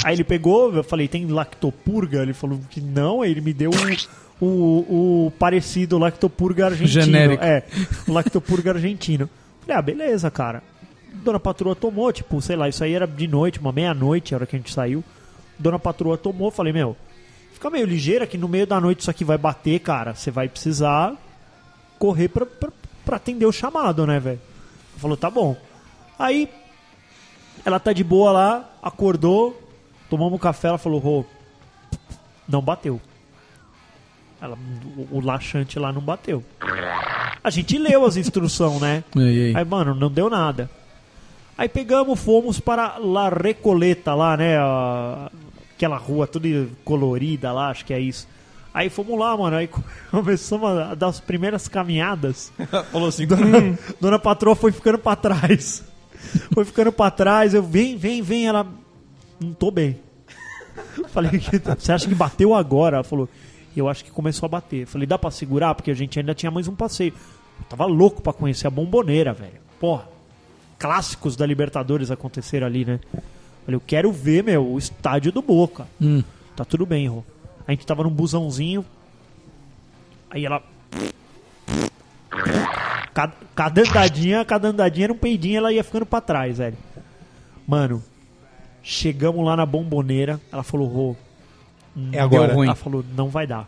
D: Aí ele pegou, eu falei, tem lactopurga? Ele falou que não, aí ele me deu o, o, o parecido lactopurga argentino.
C: Genérico.
D: É, o lactopurga argentino. Falei, ah, beleza, cara. Dona Patroa tomou, tipo, sei lá, isso aí era de noite, uma meia-noite, a hora que a gente saiu. Dona Patroa tomou, falei, meu, fica meio ligeira que no meio da noite isso aqui vai bater, cara. Você vai precisar correr pra, pra, pra atender o chamado, né, velho? Ela Falou, tá bom. Aí, ela tá de boa lá, acordou, tomamos um café, ela falou, Rô, não bateu. Ela, o, o laxante lá não bateu. A gente leu as instruções, né?
C: E aí?
D: Aí, mano, não deu nada. Aí pegamos, fomos para La Recoleta lá, né? a- Aquela rua toda colorida lá, acho que é isso. Aí fomos lá, mano. Aí começamos a dar as primeiras caminhadas.
B: Falou assim,
D: Dona, dona patroa foi ficando pra trás. Foi ficando pra trás. Eu, vem, vem, vem. Ela, não tô bem. Falei, "Que- tá, você acha que bateu agora? Ela falou, eu acho que começou a bater. Falei, dá pra segurar? Porque a gente ainda tinha mais um passeio. Eu tava louco pra conhecer a bomboneira, velho. Porra, clássicos da Libertadores aconteceram ali, né? Falei, eu quero ver, meu, o estádio do Boca. Tá tudo bem, Rô. A gente tava num busãozinho. Aí ela cada, cada andadinha, cada andadinha era um peidinho, ela ia ficando pra trás, velho. Mano, chegamos lá na bomboneira, ela falou, Rô,
B: é agora.
C: Deu ruim.
D: ela falou, não vai dar.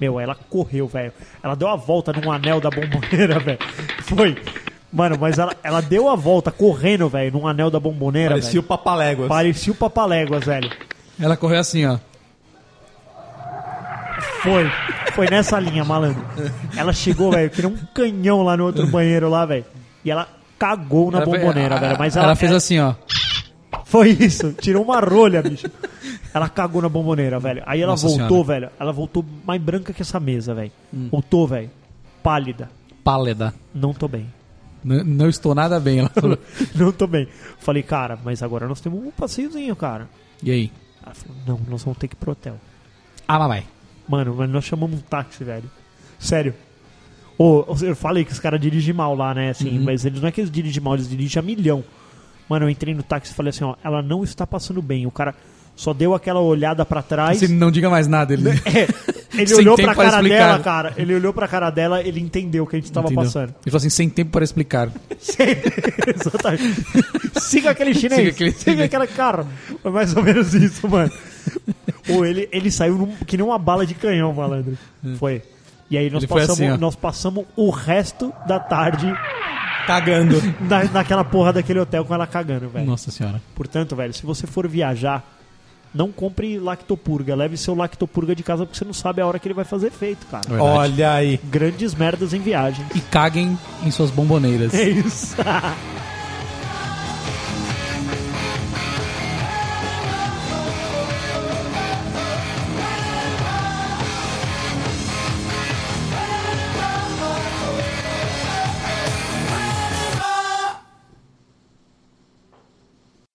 D: Meu, ela correu, velho. Ela deu a volta num anel da bomboneira, velho. Foi. Mano, mas ela, ela deu a volta correndo, velho, num anel da bomboneira,
B: Parecia o
D: velho.
B: Papaléguas.
D: Parecia o Papaléguas, velho.
C: Ela correu assim, ó.
D: Foi. Foi nessa linha, malandro. Ela chegou, velho, que nem um canhão lá no outro banheiro lá, velho. E ela cagou na
C: Ela-
D: bomboneira,
C: a-
D: velho. Mas é-
C: ela fez assim, ó.
D: Foi isso, tirou uma rolha, bicho. Ela cagou na bomboneira, velho. Aí ela
C: Nossa
D: voltou, velho. Ela voltou mais branca que essa mesa, velho. Voltou, velho. Pálida.
C: Pálida.
D: Não tô bem.
C: N- não estou nada bem, ela falou.
D: Não tô bem. Falei, cara, mas agora nós temos um passeiozinho, cara.
C: E aí?
D: Ela falou, não, nós vamos ter que ir pro hotel.
C: Ah, mamãe.
D: Mano, mas nós chamamos um táxi, velho. Sério. Ô, eu falei que os caras dirigem mal lá, né? Assim,
C: Uhum.
D: mas eles não é que eles dirigem mal, eles dirigem a milhão. Mano, eu entrei no táxi e falei assim, ó, ela não está passando bem. O cara só deu aquela olhada pra trás.
C: Você não diga mais nada. Ele...
D: É, ele
C: Sem
D: olhou
C: tempo
D: pra
C: para
D: cara
C: explicar.
D: dela, cara. Ele olhou pra cara dela, ele entendeu o que a gente tava
C: Entendeu?
D: passando.
C: Ele falou assim, sem tempo para explicar.
D: Exatamente. Siga aquele chinês. Siga,
C: Siga aquele
D: aquele
C: chinês.
D: aquela cara. Foi mais ou menos isso, mano. Ou ele, ele saiu num- que nem uma bala de canhão, malandro. Foi. E aí nós
C: É. Ele foi
D: passamos,
C: assim, ó.
D: nós passamos o resto da tarde
B: Cagando.
D: na, naquela porra daquele hotel com ela cagando, velho.
C: Nossa senhora.
D: Portanto, velho, se você for viajar, não compre lactopurga. Leve seu lactopurga de casa porque você não sabe a hora que ele vai fazer efeito, cara.
C: é Verdade.
B: Olha aí.
D: Grandes merdas em viagem.
C: E caguem em suas bomboneiras.
D: É isso.